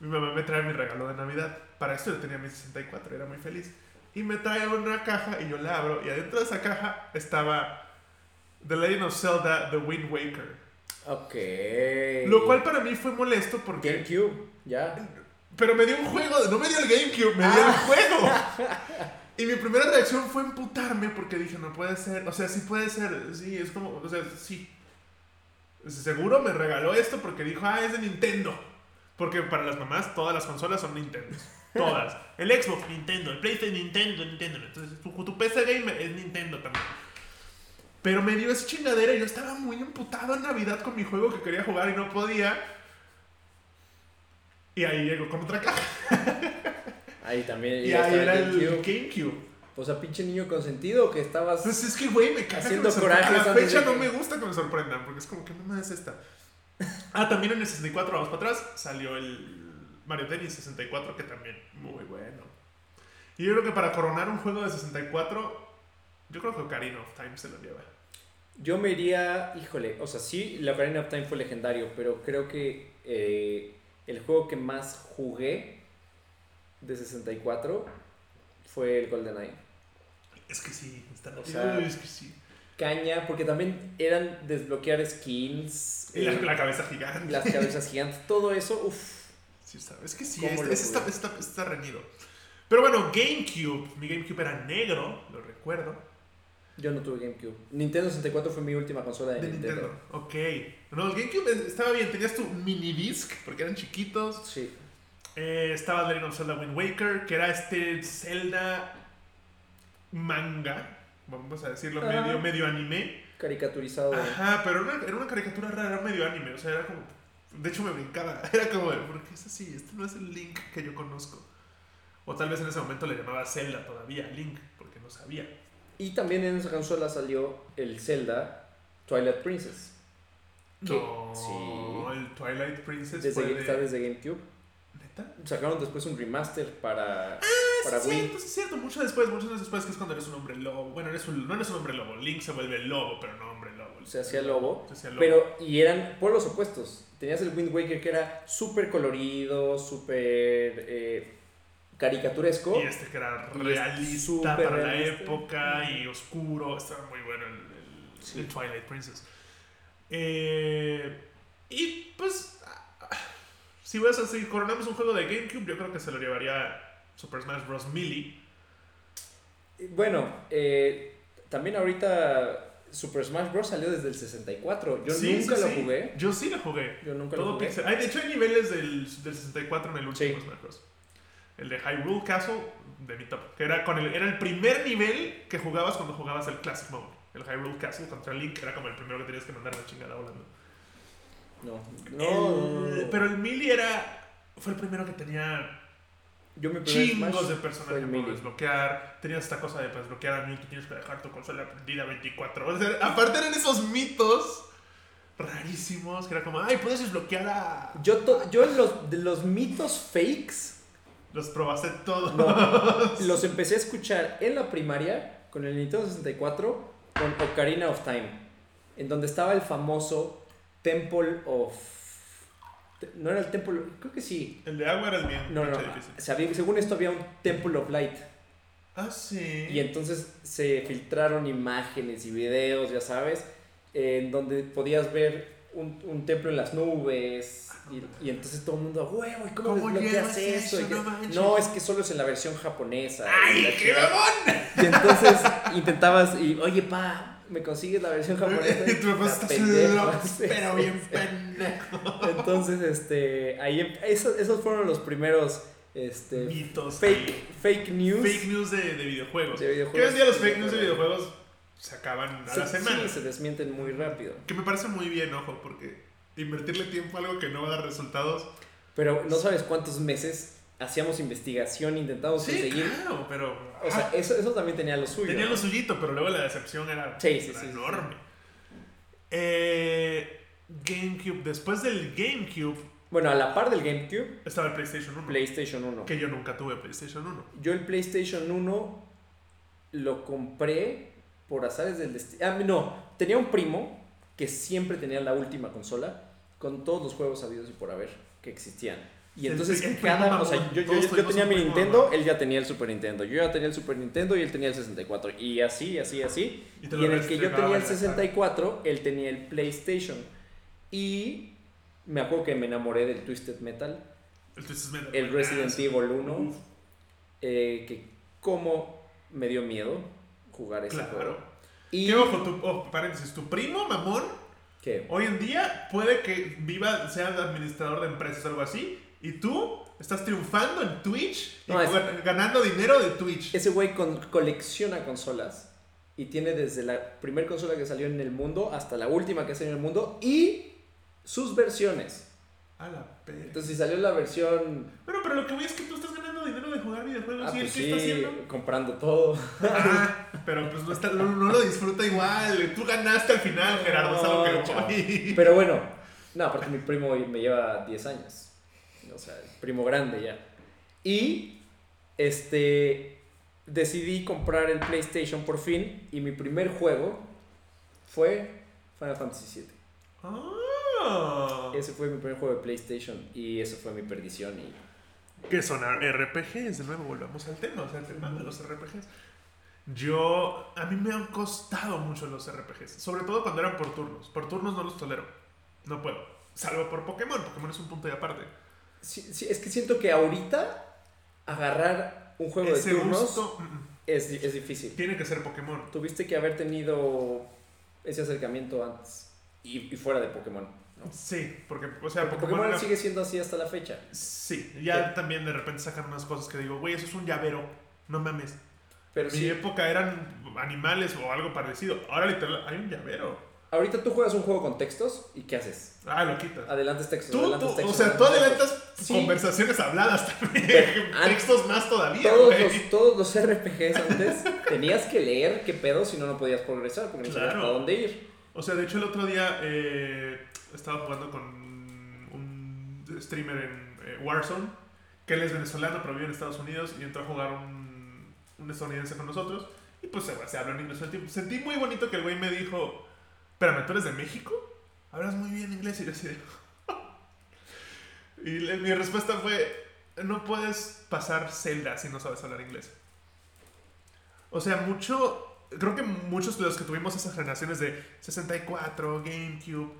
Speaker 2: mi mamá me trae mi regalo de Navidad. Para esto yo tenía mi 64, era muy feliz. Y me trae una caja y yo la abro. Y adentro de esa caja estaba The Legend of Zelda, The Wind Waker.
Speaker 1: Ok.
Speaker 2: Lo cual para mí fue molesto porque...
Speaker 1: GameCube, ya.
Speaker 2: Pero me dio un juego, no me dio el GameCube, me dio el juego. Y mi primera reacción fue emputarme porque dije, no puede ser, o sea, sí puede ser, sí, es como, o sea, sí. Seguro me regaló esto porque dijo, ah, es de Nintendo. Porque para las mamás todas las consolas son Nintendo. Todas. El Xbox, Nintendo, el PlayStation, Nintendo, Nintendo. Entonces tu, tu PC Gamer es Nintendo también. Pero me dio esa chingadera y yo estaba muy emputado en Navidad con mi juego que quería jugar y no podía. Y ahí llegó con otra caja.
Speaker 1: Ahí también.
Speaker 2: Y
Speaker 1: ya
Speaker 2: ahí
Speaker 1: estaba
Speaker 2: era el
Speaker 1: GameCube.
Speaker 2: GameCube.
Speaker 1: O sea, pinche niño consentido que estabas.
Speaker 2: Pues es que, güey, me caga
Speaker 1: Haciendo
Speaker 2: que me sorprendan.
Speaker 1: corajes
Speaker 2: A la
Speaker 1: antes
Speaker 2: fecha
Speaker 1: de
Speaker 2: no
Speaker 1: que-
Speaker 2: me gusta que me sorprendan, porque es como, ¿qué mamá es esta? Ah, también en el 64, vamos para atrás, salió el Mario Tennis 64, que también muy bueno. Y yo creo que para coronar un juego de 64, yo creo que Ocarina of Time se lo lleva.
Speaker 1: Yo me iría. Híjole, o sea, sí, la Ocarina of Time fue legendario, pero creo que eh, el juego que más jugué de 64 fue el GoldenEye.
Speaker 2: Es que sí, está
Speaker 1: O sea,
Speaker 2: Uy, es que sí.
Speaker 1: Caña, porque también eran desbloquear skins.
Speaker 2: Y la,
Speaker 1: eh,
Speaker 2: la cabeza gigante.
Speaker 1: las cabezas gigantes, todo eso, uff,
Speaker 2: Sí, está. Es que sí,
Speaker 1: ¿Cómo
Speaker 2: este-
Speaker 1: lo
Speaker 2: ese está,
Speaker 1: pude?
Speaker 2: está- está reñido. Pero bueno, GameCube. Mi GameCube era negro, lo recuerdo.
Speaker 1: Yo no tuve GameCube. Nintendo 64 fue mi última consola de,
Speaker 2: De
Speaker 1: Nintendo.
Speaker 2: Nintendo. Ok. No, el GameCube es- estaba bien. Tenías tu mini disc, porque eran chiquitos.
Speaker 1: Sí.
Speaker 2: Eh, estaba The Legend of Zelda Wind Waker, que era este Zelda manga, vamos a decirlo,
Speaker 1: Ajá.
Speaker 2: medio, medio anime.
Speaker 1: Caricaturizado.
Speaker 2: Ajá, pero era una, era una caricatura rara, era medio anime, o sea, era como... De hecho me brincaba, era como, de, ¿por qué es así? Este no es el Link que yo conozco. O tal vez en ese momento le llamaba Zelda todavía, Link, porque no sabía.
Speaker 1: Y también en esa consola salió el Zelda Twilight Princess. ¿Qué?
Speaker 2: No,
Speaker 1: Sí.
Speaker 2: el Twilight Princess
Speaker 1: Desde,
Speaker 2: fue
Speaker 1: Game-
Speaker 2: de-
Speaker 1: está desde GameCube.
Speaker 2: ¿Neta?
Speaker 1: Sacaron después un remaster para,
Speaker 2: Ah,
Speaker 1: para
Speaker 2: sí,
Speaker 1: Wii.
Speaker 2: cierto, sí, cierto, mucho después, muchos años después, que es cuando eres un hombre lobo. Bueno, eres un- no eres un hombre lobo, Link se vuelve lobo, pero no hombre lobo.
Speaker 1: Se hacía lobo,
Speaker 2: Se hacía lobo.
Speaker 1: Pero, y eran polos opuestos. Tenías el Wind Waker que era súper colorido, súper eh, caricaturesco.
Speaker 2: Y este que era
Speaker 1: Y es
Speaker 2: realista
Speaker 1: súper
Speaker 2: para
Speaker 1: realista.
Speaker 2: la época y oscuro. Estaba muy bueno el, el-
Speaker 1: Sí.
Speaker 2: el Twilight Princess. Eh, y pues, ah, ah, si ves así, coronamos un juego de GameCube, yo creo que se lo llevaría Super Smash Bros. Melee.
Speaker 1: Bueno, eh, también ahorita Super Smash Bros. salió desde el 64. Yo
Speaker 2: Sí,
Speaker 1: nunca
Speaker 2: sí,
Speaker 1: lo
Speaker 2: sí.
Speaker 1: jugué.
Speaker 2: Yo sí lo jugué.
Speaker 1: Yo nunca lo
Speaker 2: Todo
Speaker 1: jugué.
Speaker 2: pixel. Ay, de hecho, hay niveles del, del 64 en el último
Speaker 1: ¿eh? Sí.
Speaker 2: Smash Bros. El de Hyrule Castle, de mi top. Que era, con el, era el primer nivel que jugabas cuando jugabas el Classic Mode. El Hyrule Castle contra Link era como el primero que tenías que mandar la chingada volando.
Speaker 1: No, no, no, no,
Speaker 2: El- eh,
Speaker 1: no.
Speaker 2: Pero el Melee era. Fue el primero que tenía
Speaker 1: yo me
Speaker 2: chingos
Speaker 1: fue
Speaker 2: de
Speaker 1: el
Speaker 2: personajes
Speaker 1: Melee.
Speaker 2: por desbloquear. Tenías esta cosa de para desbloquear a Mewtwo tienes que dejar tu consola prendida 24 horas. Era- Aparte eran esos mitos rarísimos que era como, ay, puedes desbloquear a.
Speaker 1: Yo, to- yo los, de los mitos fakes
Speaker 2: Los probaste todos.
Speaker 1: No, los empecé a escuchar en la primaria con el Nintendo 64 con Ocarina of Time, en donde estaba el famoso Temple of. te- No era el Temple, creo que sí.
Speaker 2: El de agua era el bien.
Speaker 1: No, no,
Speaker 2: pinche
Speaker 1: no.
Speaker 2: difícil.
Speaker 1: Sabía- según esto había un Temple of Light.
Speaker 2: Ah, sí.
Speaker 1: Y entonces se filtraron imágenes y videos, ya sabes, en donde podías ver un, un templo en las nubes. Y, y entonces todo el mundo, huevo, ¿y cómo,
Speaker 2: ¿Cómo
Speaker 1: desbloqueas
Speaker 2: llevas
Speaker 1: eso?
Speaker 2: eso?
Speaker 1: Y que,
Speaker 2: No manches.
Speaker 1: no, es que solo es en la versión japonesa. Y la
Speaker 2: ¡Ay, qué
Speaker 1: chingada.
Speaker 2: babón!
Speaker 1: Y entonces intentabas y, oye, pa, ¿me consigues la versión japonesa?
Speaker 2: Y tu papá
Speaker 1: La
Speaker 2: estás
Speaker 1: pendejo,
Speaker 2: loco,
Speaker 1: sí,
Speaker 2: pero
Speaker 1: sí,
Speaker 2: bien
Speaker 1: sí.
Speaker 2: pendejo.
Speaker 1: Entonces, este, ahí, em- esos, esos fueron los primeros, este,
Speaker 2: Mitos.
Speaker 1: fake, fake news.
Speaker 2: Fake news de, de videojuegos.
Speaker 1: De videojuegos.
Speaker 2: Que hoy en día los fake news de videojuegos se acaban a
Speaker 1: se,
Speaker 2: la semana.
Speaker 1: sí, se desmienten muy rápido.
Speaker 2: Que me parece muy bien, ojo, porque invertirle tiempo a algo que no va a dar resultados.
Speaker 1: Pero no sabes cuántos meses hacíamos investigación, intentamos
Speaker 2: Sí,
Speaker 1: conseguir.
Speaker 2: claro, pero.
Speaker 1: O sea, eso, eso también tenía lo suyo.
Speaker 2: Tenía
Speaker 1: ¿no?
Speaker 2: lo suyito, pero luego la decepción era,
Speaker 1: Sí, sí,
Speaker 2: era
Speaker 1: sí, sí,
Speaker 2: enorme. Eh, GameCube, después del GameCube
Speaker 1: Bueno, a la par del GameCube,
Speaker 2: estaba el PlayStation 1.
Speaker 1: PlayStation 1.
Speaker 2: Que yo nunca tuve PlayStation 1.
Speaker 1: Yo el PlayStation 1 lo compré por azares del destino. Ah, no, tenía un primo que siempre tenía la última consola con todos los juegos sabidos y por haber que existían. Y
Speaker 2: El-
Speaker 1: entonces
Speaker 2: el primo
Speaker 1: cada, o
Speaker 2: mamón,
Speaker 1: sea, yo, yo-
Speaker 2: todos
Speaker 1: yo
Speaker 2: tuvimos
Speaker 1: tenía
Speaker 2: un
Speaker 1: mi
Speaker 2: primo
Speaker 1: Nintendo, él ya tenía el Super Nintendo, yo ya tenía el Super Nintendo y él tenía el 64 y así, así, así.
Speaker 2: Y,
Speaker 1: Y en el que yo tenía el
Speaker 2: y
Speaker 1: 64, él tenía el PlayStation. Y me acuerdo que me enamoré del Twisted Metal,
Speaker 2: El, Twisted Metal.
Speaker 1: el Resident Evil 1,
Speaker 2: Uf,
Speaker 1: eh, que como me dio miedo jugar ese
Speaker 2: Claro.
Speaker 1: juego. Y
Speaker 2: Que ojo, tu, ojo, paréntesis, tu primo mamón
Speaker 1: ¿Qué?
Speaker 2: hoy en día puede que viva, sea administrador de empresas o algo así, y tú estás triunfando en Twitch y
Speaker 1: No, es-
Speaker 2: gan- ganando dinero de Twitch.
Speaker 1: Ese güey con- colecciona consolas. Y tiene desde la primer consola que salió en el mundo hasta la última que salió en el mundo. Y sus versiones.
Speaker 2: A la perra.
Speaker 1: Entonces, si salió la versión.
Speaker 2: Bueno, pero lo que voy es que tú estás ganando dinero de jugar videojuegos
Speaker 1: Ah,
Speaker 2: y él
Speaker 1: pues
Speaker 2: qué está
Speaker 1: sí,
Speaker 2: haciendo.
Speaker 1: comprando todo.
Speaker 2: Ah, pero pues no, está- no, no lo disfruta igual. Tú ganaste al final, Gerardo, es a lo que
Speaker 1: No, chao.
Speaker 2: voy.
Speaker 1: Pero bueno, no, aparte mi primo me lleva 10 años. O sea, primo grande ya. Y este decidí comprar el PlayStation por fin y mi primer juego fue Final Fantasy VII.
Speaker 2: Ah.
Speaker 1: Ese fue mi primer juego de PlayStation y eso fue mi perdición y
Speaker 2: que son RPGs. De nuevo, volvamos al tema, o sea, al tema de los RPGs. Yo, a mí me han costado mucho los RPGs, sobre todo cuando eran por turnos. Por turnos no los tolero, no puedo, salvo por Pokémon, Pokémon es un punto y aparte.
Speaker 1: sí, sí, es que siento que ahorita agarrar un juego
Speaker 2: Ese
Speaker 1: de turnos
Speaker 2: gusto mm,
Speaker 1: es, di- es difícil.
Speaker 2: tiene que ser Pokémon.
Speaker 1: Tuviste que haber tenido ese acercamiento antes y, y fuera de Pokémon. ¿no?
Speaker 2: Sí, porque, o sea, Pokémon,
Speaker 1: Pokémon
Speaker 2: era-
Speaker 1: sigue siendo así hasta la fecha.
Speaker 2: Sí, ya
Speaker 1: Sí.
Speaker 2: también de repente sacan unas cosas que digo, güey, eso es un llavero. No mames.
Speaker 1: Pero
Speaker 2: En mi
Speaker 1: sí,
Speaker 2: época eran animales o algo parecido. Ahora literal hay un llavero.
Speaker 1: ahorita tú juegas un juego con textos y ¿qué haces?
Speaker 2: Ah, lo quitas.
Speaker 1: Adelantas textos.
Speaker 2: Tú,
Speaker 1: adelantas
Speaker 2: tú, o
Speaker 1: textos,
Speaker 2: sea, tú
Speaker 1: adelantas
Speaker 2: adelantas
Speaker 1: Sí.
Speaker 2: conversaciones habladas también.
Speaker 1: ah,
Speaker 2: Textos más todavía,
Speaker 1: Todos
Speaker 2: güey.
Speaker 1: los, todos los RPGs antes tenías que leer qué pedo, si no, no podías progresar porque no sabías
Speaker 2: Claro.
Speaker 1: para dónde ir.
Speaker 2: O sea, de hecho el otro día eh, estaba jugando con un streamer en eh, Warzone, que él es venezolano pero vive en Estados Unidos y entró a jugar un, un estadounidense con nosotros y pues se, se habló en inglés. todo el tiempo. Sentí muy bonito que el güey me dijo, espérame, ¿tú eres de México? Hablas muy bien inglés y yo así de... y le- mi respuesta fue, no puedes pasar Zelda si no sabes hablar inglés. O sea, mucho. Creo que muchos de los que tuvimos esas generaciones de 64, GameCube,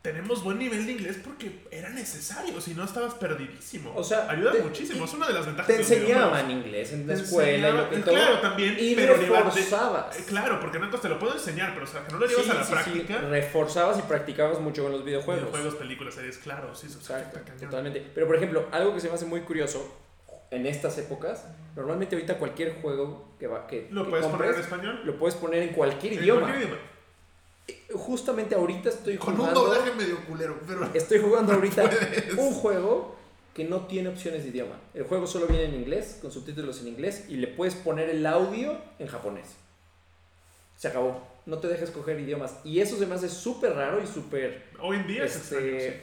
Speaker 2: tenemos buen nivel de inglés porque era necesario, si no estabas perdidísimo.
Speaker 1: O sea,
Speaker 2: ayuda
Speaker 1: te-
Speaker 2: muchísimo, es una de las ventajas.
Speaker 1: Te
Speaker 2: de los videojuegos.
Speaker 1: enseñaban inglés en la
Speaker 2: Te
Speaker 1: escuela y lo que
Speaker 2: enseñaban-
Speaker 1: todo.
Speaker 2: Claro, también,
Speaker 1: Y
Speaker 2: pero llevarte-
Speaker 1: reforzabas.
Speaker 2: Eh, Claro, porque no, entonces te lo puedo enseñar, pero o sea, que no lo llevas
Speaker 1: Sí,
Speaker 2: a la
Speaker 1: sí, sí,
Speaker 2: práctica.
Speaker 1: reforzabas y practicabas mucho con los videojuegos.
Speaker 2: Videojuegos, películas, series, claro, sí, eso es
Speaker 1: Exacto,
Speaker 2: cañón.
Speaker 1: totalmente. Pero por ejemplo, algo que se me hace muy curioso en estas épocas, normalmente ahorita cualquier juego que va que
Speaker 2: Lo
Speaker 1: que
Speaker 2: puedes poner en
Speaker 1: compres,
Speaker 2: español.
Speaker 1: lo puedes poner en cualquier
Speaker 2: en
Speaker 1: idioma.
Speaker 2: cualquier idioma.
Speaker 1: Justamente ahorita estoy
Speaker 2: Con un
Speaker 1: jugando
Speaker 2: doblaje medio culero, pero.
Speaker 1: Estoy jugando ahorita
Speaker 2: puedes.
Speaker 1: un juego que no tiene opciones de idioma. El juego solo viene en inglés, con subtítulos en inglés, y le puedes poner el audio en japonés. Se acabó. No te dejes coger idiomas. Y eso se me hace súper raro y súper...
Speaker 2: Hoy en día es extraño,
Speaker 1: Este,
Speaker 2: sí.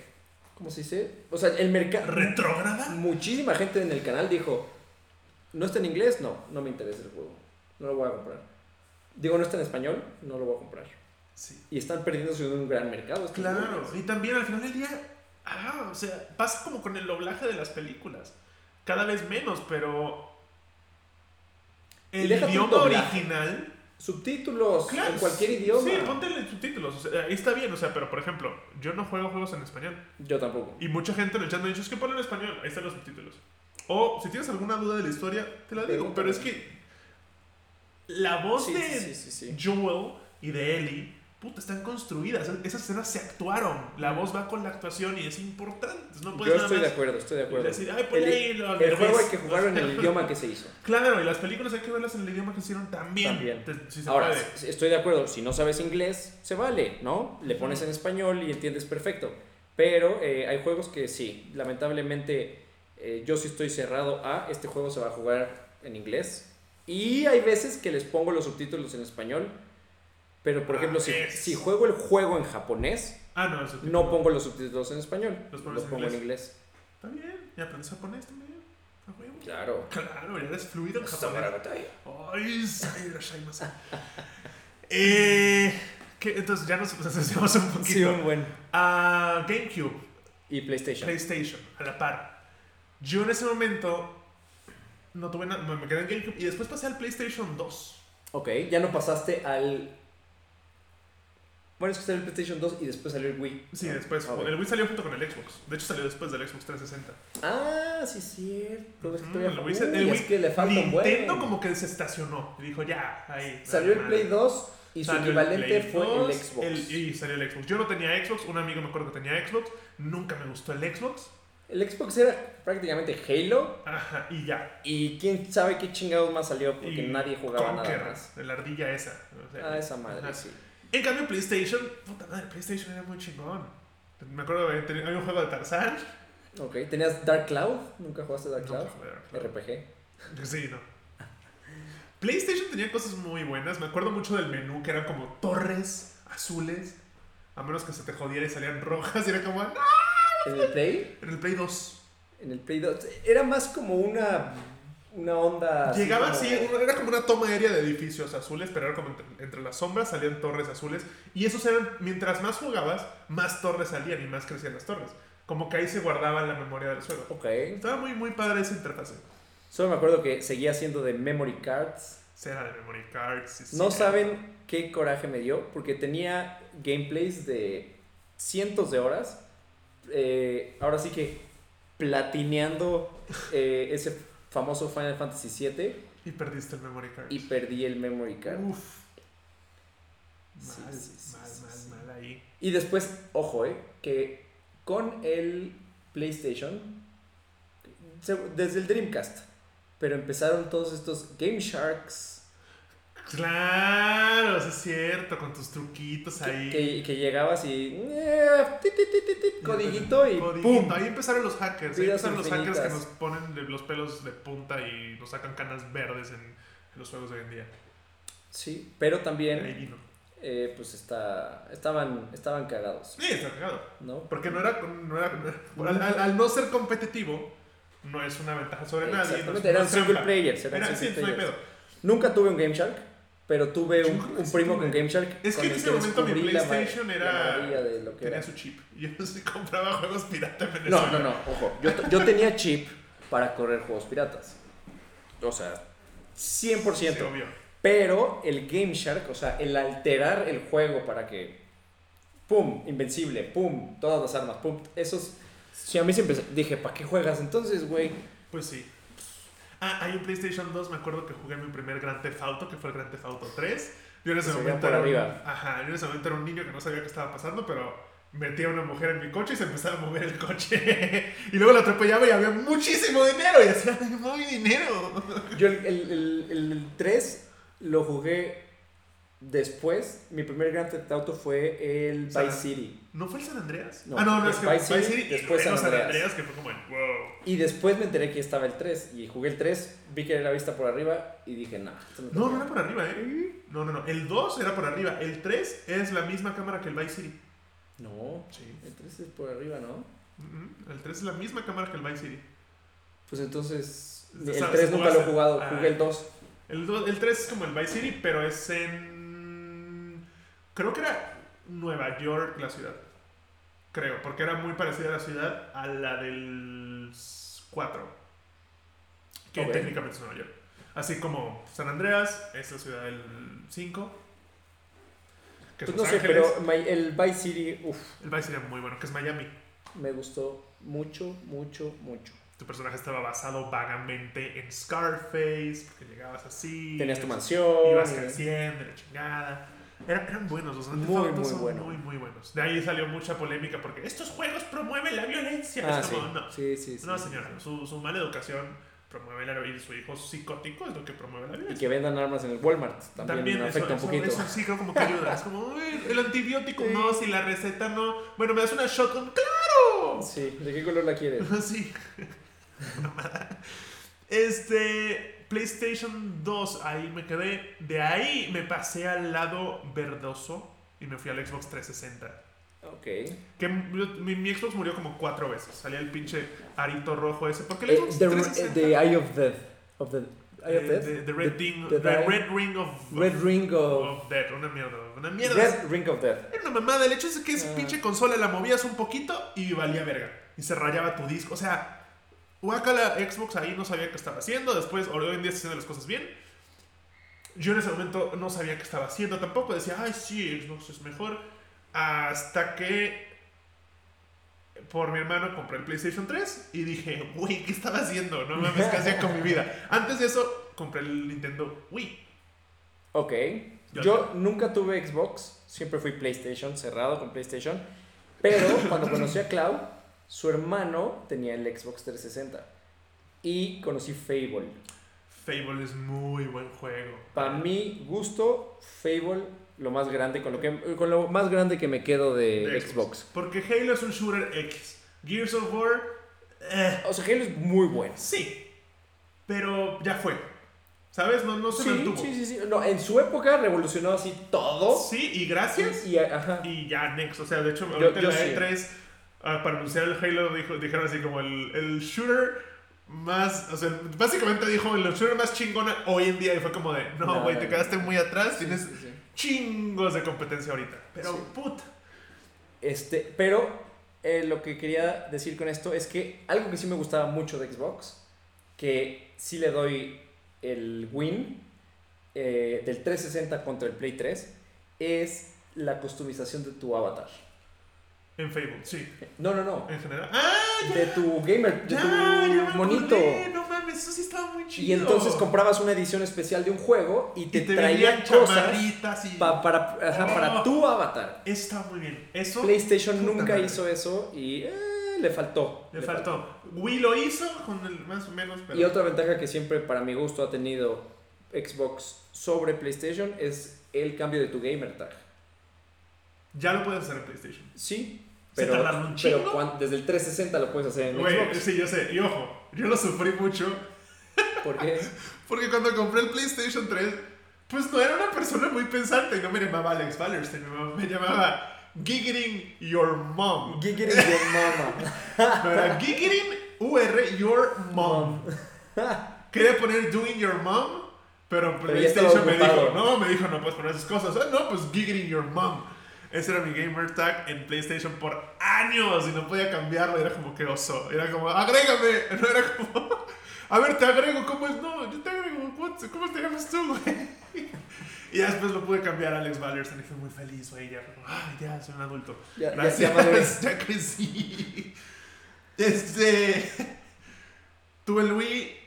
Speaker 1: ¿Cómo se dice? O sea, el mercado...
Speaker 2: ¿Retrógrada?
Speaker 1: Muchísima gente en el canal dijo, ¿no está en inglés? No, no me interesa el juego. No lo voy a comprar. Digo, ¿no está en español? No lo voy a comprar.
Speaker 2: Sí.
Speaker 1: Y están perdiéndose de un gran mercado. estos
Speaker 2: Claro.
Speaker 1: güeyes.
Speaker 2: Y también al final del día. Ah, o sea, pasa como con el doblaje de las películas. Cada vez menos, pero.
Speaker 1: Y
Speaker 2: El
Speaker 1: deja tú el
Speaker 2: idioma
Speaker 1: doblaje.
Speaker 2: original.
Speaker 1: Subtítulos
Speaker 2: Claro.
Speaker 1: en cualquier
Speaker 2: sí,
Speaker 1: idioma.
Speaker 2: Sí, ponte subtítulos. O sea, ahí está bien, o sea, pero por ejemplo, yo no juego juegos en español.
Speaker 1: Yo tampoco.
Speaker 2: Y mucha gente en el chat me ha dicho, es que ponlo en español, ahí están los subtítulos. O si tienes alguna duda de la historia, te la digo,
Speaker 1: Pregúntame.
Speaker 2: pero es que la voz
Speaker 1: Sí,
Speaker 2: de
Speaker 1: sí, sí, sí, sí.
Speaker 2: Joel y de Ellie, puta, están construidas, e-, esas escenas se actuaron, la voz va con la actuación y es importante, no
Speaker 1: Yo
Speaker 2: puedes nada
Speaker 1: estoy de
Speaker 2: más
Speaker 1: acuerdo, estoy de acuerdo.
Speaker 2: decir, "Ay, ponle
Speaker 1: el
Speaker 2: ahí lo al
Speaker 1: el juego
Speaker 2: revés".
Speaker 1: hay que jugarlo en el idioma que se hizo.
Speaker 2: Claro, y las películas hay que verlas en el idioma que hicieron también,
Speaker 1: También.
Speaker 2: te- si se
Speaker 1: Ahora,
Speaker 2: puede.
Speaker 1: s- estoy de acuerdo, si no sabes inglés, se vale, ¿no? Le pones en español y entiendes perfecto. Pero eh, hay juegos que sí, lamentablemente eh, yo sí estoy cerrado a este juego se va a jugar en inglés. Y hay veces que les pongo los subtítulos en español. Pero, por
Speaker 2: Ah,
Speaker 1: ejemplo, si,
Speaker 2: es.
Speaker 1: si juego el juego en japonés,
Speaker 2: Ah, no, el subtítulo.
Speaker 1: no pongo los subtítulos en español.
Speaker 2: Los
Speaker 1: Los,
Speaker 2: pones en
Speaker 1: pongo en
Speaker 2: inglés.
Speaker 1: inglés.
Speaker 2: Está bien, ya aprendes japonés también, a huevo.
Speaker 1: Claro.
Speaker 2: Claro, ya eres fluido en japonés.
Speaker 1: Samara Batalla.
Speaker 2: Ay, irashaimasa. eh, ¿qué? Entonces ya nos asociamos un poquito.
Speaker 1: Sí, un buen.
Speaker 2: A GameCube,
Speaker 1: Y PlayStation.
Speaker 2: PlayStation, a la par. Yo en ese momento no tuve nada, me quedé en GameCube y después pasé al PlayStation 2.
Speaker 1: ok, ya no pasaste al. Bueno, es que salió el PlayStation 2 y después salió el Wii.
Speaker 2: Sí,
Speaker 1: Ah,
Speaker 2: después.
Speaker 1: ok.
Speaker 2: El Wii salió junto con el Xbox. De hecho, salió después del Xbox 360.
Speaker 1: Ah, sí, cierto. Es que
Speaker 2: Mm,
Speaker 1: todavía-
Speaker 2: el Wii,
Speaker 1: Uy,
Speaker 2: el
Speaker 1: es
Speaker 2: Wii-
Speaker 1: que le falta un buen.
Speaker 2: Nintendo como que se estacionó. Y dijo, ya, ahí.
Speaker 1: Salió el
Speaker 2: madre.
Speaker 1: Play 2 y su
Speaker 2: Salió el
Speaker 1: equivalente
Speaker 2: Play
Speaker 1: fue
Speaker 2: 2,
Speaker 1: el Xbox.
Speaker 2: el- y salió el Xbox. Yo no tenía Xbox, un amigo me acuerdo que tenía Xbox, nunca me gustó el Xbox.
Speaker 1: El Xbox era prácticamente Halo
Speaker 2: Ajá, y ya.
Speaker 1: y quién sabe qué chingados más salió porque
Speaker 2: Y
Speaker 1: nadie jugaba
Speaker 2: Conquer,
Speaker 1: nada más.
Speaker 2: La ardilla esa. o sea.
Speaker 1: Ah, esa madre,
Speaker 2: Ajá.
Speaker 1: sí.
Speaker 2: En cambio, PlayStation, puta madre, PlayStation era muy chingón. Me acuerdo que tenía- había un juego de Tarzán.
Speaker 1: Ok, ¿tenías Dark Cloud? ¿Nunca jugaste Dark
Speaker 2: Nunca
Speaker 1: Cloud?
Speaker 2: jugué a Dark Cloud.
Speaker 1: RPG.
Speaker 2: Sí, no. PlayStation tenía cosas muy buenas. Me acuerdo mucho del menú que eran como torres azules. A menos que se te jodiera y salían rojas. Y era como, ¡no!
Speaker 1: ¿En el Play?
Speaker 2: En el Play 2.
Speaker 1: En el Play 2. Era más como una, una onda. así
Speaker 2: Llegaba
Speaker 1: como-
Speaker 2: así, una- era como una toma aérea de edificios azules, pero era como entre, entre las sombras salían torres azules. Y esos eran, mientras más jugabas, más torres salían y más crecían las torres. Como que ahí se guardaba en la memoria del suelo.
Speaker 1: Ok.
Speaker 2: Estaba muy, muy padre esa interfase.
Speaker 1: Solo me acuerdo que seguía siendo de memory cards.
Speaker 2: Será de memory cards. sí, sí,
Speaker 1: No
Speaker 2: era.
Speaker 1: saben qué coraje me dio porque tenía gameplays de cientos de horas eh, ahora sí que platineando eh, ese famoso Final Fantasy VII
Speaker 2: Y perdiste el memory card.
Speaker 1: y perdí el memory card.
Speaker 2: Uf.
Speaker 1: Sí,
Speaker 2: Mal,
Speaker 1: sí, sí,
Speaker 2: mal,
Speaker 1: sí,
Speaker 2: mal,
Speaker 1: sí.
Speaker 2: mal ahí.
Speaker 1: Y después, ojo, eh, que con el PlayStation, se- desde el Dreamcast, pero empezaron todos estos Game Sharks
Speaker 2: Claro, eso es cierto, con tus truquitos ahí.
Speaker 1: que, que llegabas y... eh, ti, ti, ti, ti, ti, codiguito y
Speaker 2: Codiguito.
Speaker 1: ¡pum!
Speaker 2: Ahí empezaron los hackers. Ahí
Speaker 1: Vidas
Speaker 2: empezaron los hackers que nos
Speaker 1: infinitas.
Speaker 2: ponen de los pelos de punta y nos sacan canas verdes en los juegos de hoy en día.
Speaker 1: Sí, pero
Speaker 2: Ahí
Speaker 1: también,
Speaker 2: vino.
Speaker 1: eh, pues está, estaban, estaban cagados,
Speaker 2: Sí, está cagado.
Speaker 1: ¿no?
Speaker 2: Porque no era. No era- no- al, al- al no ser competitivo, no es una ventaja sobre nadie. No es
Speaker 1: Exactamente,
Speaker 2: una
Speaker 1: eran single
Speaker 2: trampa.
Speaker 1: players. eran
Speaker 2: Era
Speaker 1: single
Speaker 2: así, no hay
Speaker 1: players.
Speaker 2: pedo.
Speaker 1: Nunca tuve un Game Shark, pero tuve un,
Speaker 2: Chingón,
Speaker 1: un
Speaker 2: sí,
Speaker 1: primo
Speaker 2: tuve.
Speaker 1: con Game Shark.
Speaker 2: Es que
Speaker 1: con
Speaker 2: en
Speaker 1: el
Speaker 2: ese momento mi
Speaker 1: descubrí la ma-
Speaker 2: PlayStation
Speaker 1: la
Speaker 2: era-
Speaker 1: maravilla de lo que
Speaker 2: Tenía
Speaker 1: era.
Speaker 2: su chip. Y yo sí compraba juegos pirata en
Speaker 1: No,
Speaker 2: Venezuela.
Speaker 1: no, no, ojo. Yo, t- yo tenía chip para correr juegos piratas. O sea, 100%.
Speaker 2: Sí, obvio.
Speaker 1: Pero el Game Shark, o sea, el alterar el juego para que. ¡Pum! Invencible, ¡pum! Todas las armas, ¡pum! Esos. Si a mí siempre dije, ¿para qué juegas entonces, güey?
Speaker 2: Pues sí. Ah, hay un PlayStation 2, me acuerdo que jugué mi primer Grand Theft Auto, que fue el Grand Theft Auto 3. Yo en ese
Speaker 1: Se veía
Speaker 2: momento
Speaker 1: por
Speaker 2: era un-
Speaker 1: arriba.
Speaker 2: ajá, yo en ese momento era un niño que no sabía qué estaba pasando, pero metía a una mujer en mi coche y se empezaba a mover el coche. y luego la atropellaba y había muchísimo dinero y hacía muy dinero.
Speaker 1: Yo el, el, 3 lo jugué después. Mi primer Grand Theft Auto fue el
Speaker 2: San-
Speaker 1: Vice City.
Speaker 2: ¿No fue el San Andreas?
Speaker 1: No,
Speaker 2: ah, no, no, es que
Speaker 1: Vice City,
Speaker 2: y
Speaker 1: después
Speaker 2: luego
Speaker 1: San Andreas.
Speaker 2: Andreas, que fue como el wow.
Speaker 1: Y después me enteré que estaba el 3. Y jugué el 3, vi que era la vista por arriba y dije, nah, esto
Speaker 2: No, no era por arriba, ¿eh? No, no, no. El 2 era por arriba. El 3 es la misma cámara que el Vice City.
Speaker 1: No,
Speaker 2: Sí.
Speaker 1: el 3 es por arriba, ¿no?
Speaker 2: Mm, El 3 es la misma cámara que el Vice City.
Speaker 1: Pues entonces,
Speaker 2: O
Speaker 1: el
Speaker 2: sea,
Speaker 1: 3 nunca lo he
Speaker 2: jugaste-
Speaker 1: jugado,
Speaker 2: Ah.
Speaker 1: jugué el 2.
Speaker 2: El, do- el 3 es como el Vice City, pero es en. Creo que era Nueva York la ciudad. Creo, porque era muy parecida a la ciudad a la del 4. Que
Speaker 1: Ok.
Speaker 2: técnicamente es Nueva York. Así como San Andreas es la ciudad del 5. Que es
Speaker 1: Pues
Speaker 2: Los
Speaker 1: no sé,
Speaker 2: Ángeles.
Speaker 1: pero my- el Vice City, uff,
Speaker 2: El Vice City era muy bueno, que es Miami.
Speaker 1: me gustó mucho, mucho, mucho.
Speaker 2: Tu personaje estaba basado vagamente en Scarface, porque llegabas así.
Speaker 1: Tenías tu
Speaker 2: mansión
Speaker 1: mansión.
Speaker 2: Ibas
Speaker 1: y-
Speaker 2: creciendo, la chingada. Era- eran buenos, los Grand Theft
Speaker 1: Muy,
Speaker 2: Auto
Speaker 1: muy
Speaker 2: son
Speaker 1: bueno.
Speaker 2: muy, muy buenos. De ahí salió mucha polémica porque estos juegos promueven la violencia.
Speaker 1: Ah,
Speaker 2: Es
Speaker 1: sí.
Speaker 2: como, no,
Speaker 1: sí, sí, sí.
Speaker 2: no, señora, su, su mala educación promueve la y su hijo psicótico es lo que promueve la
Speaker 1: Y
Speaker 2: violencia.
Speaker 1: que vendan armas en el Walmart también, afecta
Speaker 2: eso,
Speaker 1: un poquito.
Speaker 2: eso sí creo como que ayuda. Es como, "Uy, el antibiótico no, si la receta no. Bueno, me das una shotgun, ¡claro!
Speaker 1: Sí, ¿de qué color la quieres?
Speaker 2: Ah, Sí. Mamada. este. PlayStation 2, ahí me quedé. De ahí me pasé al lado verdoso y me fui al Xbox 360.
Speaker 1: Ok.
Speaker 2: Que yo- mi, mi Xbox murió como cuatro veces. Salía el pinche arito rojo ese. ¿Por qué el
Speaker 1: Eh,
Speaker 2: Xbox
Speaker 1: the,
Speaker 2: 360?
Speaker 1: the Eye of Death. Of the, Eye of
Speaker 2: Eh,
Speaker 1: Death?
Speaker 2: the- the Red Ring.
Speaker 1: the
Speaker 2: The,
Speaker 1: Eye-
Speaker 2: Red Ring of.
Speaker 1: Red Ring of.
Speaker 2: of Death. Una mierda. Una mierda.
Speaker 1: Red Ring of Death.
Speaker 2: Era una mamada. El hecho es que esa
Speaker 1: Ah.
Speaker 2: pinche consola la movías un poquito y valía verga. Y se rayaba tu disco. O sea, la Xbox ahí no sabía qué estaba haciendo. Después, hoy en día se haciendo las cosas bien. Yo en ese momento no sabía qué estaba haciendo tampoco. Decía, ay, sí, Xbox es mejor. Hasta que por mi hermano compré el PlayStation 3 y dije, güey, ¿qué estaba haciendo? No mames, ¿qué hacía con mi vida? Antes de eso, compré el Nintendo Wii.
Speaker 1: Ok.
Speaker 2: Yo-
Speaker 1: Yo nunca tuve Xbox, siempre fui PlayStation, cerrado con PlayStation. Pero cuando conocí a Clau, su hermano tenía el Xbox 360. Y conocí Fable.
Speaker 2: Fable es muy buen juego.
Speaker 1: Para mi gusto, Fable, lo más grande, con lo, que, con lo más grande que me quedo de,
Speaker 2: de
Speaker 1: Xbox.
Speaker 2: Porque Halo es un shooter X. Gears of War, eh,
Speaker 1: O sea, Halo es muy bueno.
Speaker 2: sí. Pero ya fue. ¿Sabes? No, no se
Speaker 1: Sí,
Speaker 2: mantuvo.
Speaker 1: sí,
Speaker 2: Sí,
Speaker 1: sí, sí. No, en su época revolucionó así todo.
Speaker 2: y gracias.
Speaker 1: Y, ajá.
Speaker 2: Y ya, next. O sea, de hecho, ahorita en
Speaker 1: yo
Speaker 2: la
Speaker 1: sí.
Speaker 2: E3, ah, para anunciar el Halo, dijo- dijeron así como el, el shooter más. O sea, básicamente dijo el shooter más chingona hoy en día. Y fue como de, no,
Speaker 1: No,
Speaker 2: güey,
Speaker 1: no,
Speaker 2: te
Speaker 1: no.
Speaker 2: quedaste muy atrás. Tienes
Speaker 1: Sí, sí, sí.
Speaker 2: chingos de competencia ahorita. Pero,
Speaker 1: Sí.
Speaker 2: puta.
Speaker 1: Este, pero eh, lo que quería decir con esto es que algo que sí me gustaba mucho de Xbox, que sí le doy el win eh, del 360 contra el Play 3, es la customización de tu avatar.
Speaker 2: En Facebook, sí.
Speaker 1: No, no, no.
Speaker 2: En general. ¡Ah! Ya,
Speaker 1: De tu gamer, de
Speaker 2: ya, ya me
Speaker 1: tu monito.
Speaker 2: acordé, No mames, eso sí estaba muy chido.
Speaker 1: Y entonces comprabas una edición especial de un juego y te,
Speaker 2: Y te
Speaker 1: traían
Speaker 2: venían
Speaker 1: cosas
Speaker 2: chamarritas y.
Speaker 1: pa- para, ajá, para
Speaker 2: Oh.
Speaker 1: tu avatar.
Speaker 2: Está muy bien. Eso
Speaker 1: PlayStation
Speaker 2: puta
Speaker 1: nunca
Speaker 2: madre.
Speaker 1: hizo eso y eh, le faltó.
Speaker 2: le faltó. Wii lo hizo con el más o menos. Pero...
Speaker 1: Y otra ventaja que siempre para mi gusto ha tenido Xbox sobre PlayStation es el cambio de tu gamer tag.
Speaker 2: Ya lo puedes hacer en PlayStation.
Speaker 1: Sí,
Speaker 2: ¿Se
Speaker 1: pero,
Speaker 2: tardaron un
Speaker 1: pero
Speaker 2: chingo?
Speaker 1: cuan- desde el 360 lo puedes hacer en
Speaker 2: Güey,
Speaker 1: Xbox.
Speaker 2: sí, yo sé. Y ojo, yo lo sufrí mucho
Speaker 1: Porque
Speaker 2: porque cuando compré el PlayStation 3, pues no era una persona muy pensante y no me llamaba Alex Ballerstein, me- me llamaba Giggering Your Mom.
Speaker 1: Giggity your mama.
Speaker 2: No, era Giggering UR Your Mom. Quería poner Doing Your Mom, pero
Speaker 1: Pero ya estaba
Speaker 2: PlayStation me dijo,
Speaker 1: ocupado.
Speaker 2: no, me dijo, no puedes poner esas cosas. Ah, no, pues Giggering Your Mom. Ese era mi gamer tag en PlayStation por años y no podía cambiarlo. Era como que oso. Era como, agrégame. No era como, a ver, te agrego. ¿Cómo es? No, yo te agrego. what- ¿Cómo te llamas tú, güey? Y ya después lo pude cambiar a Alex Valerson y fui muy feliz, güey. Ya, fue como, "Ay, ya, soy un adulto.
Speaker 1: Ya- ya- ya maduré.
Speaker 2: Gracias, ya crecí. Este. Tuve el Wii,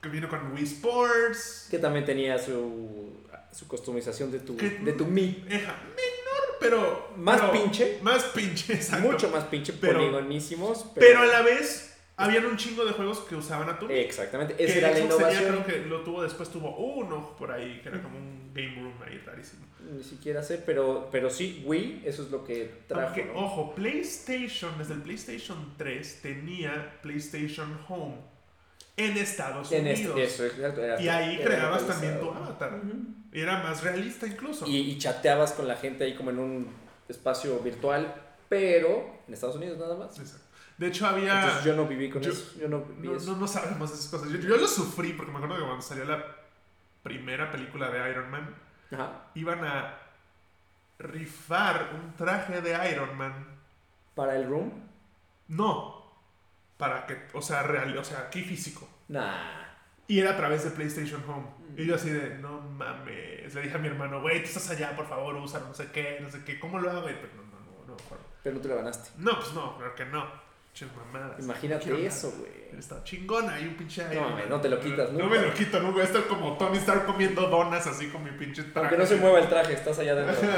Speaker 2: que vino con Wii Sports.
Speaker 1: que también tenía su, su customización de tu,
Speaker 2: Que-
Speaker 1: de tu Mi.
Speaker 2: Eja, menor, pero.
Speaker 1: Más
Speaker 2: pero-
Speaker 1: pinche.
Speaker 2: Más pinche, exacto.
Speaker 1: Mucho más pinche
Speaker 2: Pero-
Speaker 1: poligonísimos.
Speaker 2: Pero a la vez, habían un chingo de juegos que usaban a tu
Speaker 1: Eh,
Speaker 2: Wii.
Speaker 1: Exactamente,
Speaker 2: Que
Speaker 1: esa era la
Speaker 2: Xbox tenía,
Speaker 1: innovación.
Speaker 2: creo que lo tuvo después, tuvo uno por ahí, que era como un game room ahí rarísimo.
Speaker 1: Ni siquiera sé, pero, pero sí, Wii, eso es lo que trajo.
Speaker 2: Aunque, oh,
Speaker 1: ¿no?
Speaker 2: ojo, PlayStation, desde el PlayStation 3, tenía PlayStation Home en Estados
Speaker 1: En este, es-
Speaker 2: Unidos.
Speaker 1: eso, exacto, era-
Speaker 2: y ahí
Speaker 1: era
Speaker 2: creabas también
Speaker 1: localizado.
Speaker 2: tu avatar.
Speaker 1: Ujú.
Speaker 2: Era más realista incluso.
Speaker 1: y, y chateabas con la gente ahí como en un espacio virtual, pero en Estados Unidos nada más.
Speaker 2: Exacto. De hecho, había...
Speaker 1: Entonces yo no viví con
Speaker 2: yo-
Speaker 1: eso. Yo no viví
Speaker 2: no,
Speaker 1: eso.
Speaker 2: no, no sabemos esas cosas. Yo, yo lo sufrí porque me acuerdo que cuando salió la primera película de Iron Man,
Speaker 1: Ajá.
Speaker 2: iban a rifar un traje de Iron Man
Speaker 1: Para el room,
Speaker 2: No. Para que, o sea, real, o sea, aquí físico.
Speaker 1: nah.
Speaker 2: Y era a través de PlayStation Home.
Speaker 1: Mm.
Speaker 2: Y yo así de, no mames. Le dije a mi hermano, güey, tú estás allá, por favor, usa no sé qué, no sé qué, ¿cómo lo hago? Y pero no, no, no, no, me acuerdo.
Speaker 1: Pero no te la ganaste.
Speaker 2: No, pues no, claro que no. Pinches mamadas.
Speaker 1: Imagínate
Speaker 2: Quiero
Speaker 1: eso,
Speaker 2: nada.
Speaker 1: güey.
Speaker 2: Está chingona, hay un pinche Iron
Speaker 1: mames,
Speaker 2: Man.
Speaker 1: no te lo quitas
Speaker 2: No
Speaker 1: nunca.
Speaker 2: me lo quito nunca. Voy a estar como Tony Stark comiendo donas así con mi pinche traje.
Speaker 1: Aunque no se mueva el traje, estás allá dentro.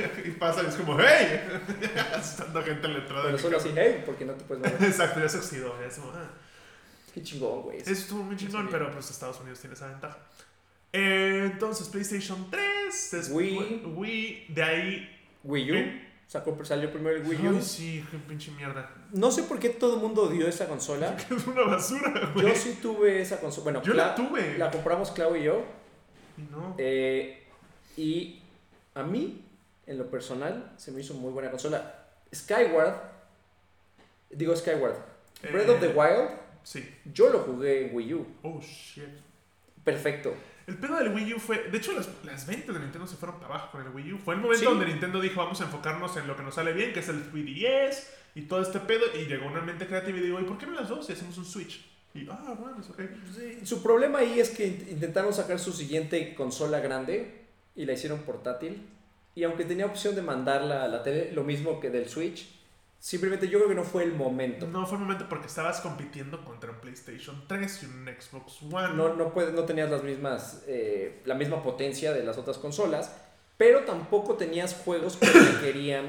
Speaker 2: y pasa y es como, ¡hey! Asustando gente en la entrada. de
Speaker 1: Pero
Speaker 2: mi
Speaker 1: solo así, hey, porque no te puedes
Speaker 2: casa.
Speaker 1: mover.
Speaker 2: Exacto, ya se oxidó. Ya es como, ah.
Speaker 1: Qué chingón, güey.
Speaker 2: Eso estuvo muy chingón,
Speaker 1: bien.
Speaker 2: pero pues Estados Unidos tiene esa ventaja. Eh, entonces, PlayStation 3, después
Speaker 1: Wii.
Speaker 2: Wii, de ahí.
Speaker 1: Wii U. Sacó, salió primero el Wii U.
Speaker 2: Ay, sí, qué pinche mierda.
Speaker 1: No sé por qué todo el mundo odió esa consola.
Speaker 2: Es una basura, güey.
Speaker 1: Yo sí tuve esa consola. Bueno,
Speaker 2: Yo
Speaker 1: Cla-
Speaker 2: la tuve.
Speaker 1: la compramos Clau y yo.
Speaker 2: Y no.
Speaker 1: Eh, y a mí, en lo personal, se me hizo muy buena consola. Skyward, digo Skyward, Breath of the
Speaker 2: Eh.
Speaker 1: Wild,
Speaker 2: Sí.
Speaker 1: yo lo jugué en Wii U.
Speaker 2: Oh, shit.
Speaker 1: Perfecto.
Speaker 2: El pedo del Wii U fue. De hecho, las, las ventas de Nintendo se fueron para abajo con el Wii U. Fue el momento
Speaker 1: Sí.
Speaker 2: donde Nintendo dijo: Vamos a enfocarnos en lo que nos sale bien, que es el 3DS y todo este pedo. Y llegó una mente creativa y digo: ¿Y por qué no las dos? Y hacemos un Switch. Y, ah, bueno, es ok.
Speaker 1: Su problema ahí es que int- intentaron sacar su siguiente consola grande y la hicieron portátil. Y aunque tenía opción de mandarla a la tele, lo mismo que del Switch, simplemente yo creo que no fue el momento.
Speaker 2: No fue el momento porque estabas compitiendo contra un PlayStation 3 y un Xbox One.
Speaker 1: no, no, puede- no tenías las mismas, eh, la misma potencia de las otras consolas, pero tampoco tenías juegos que requerían.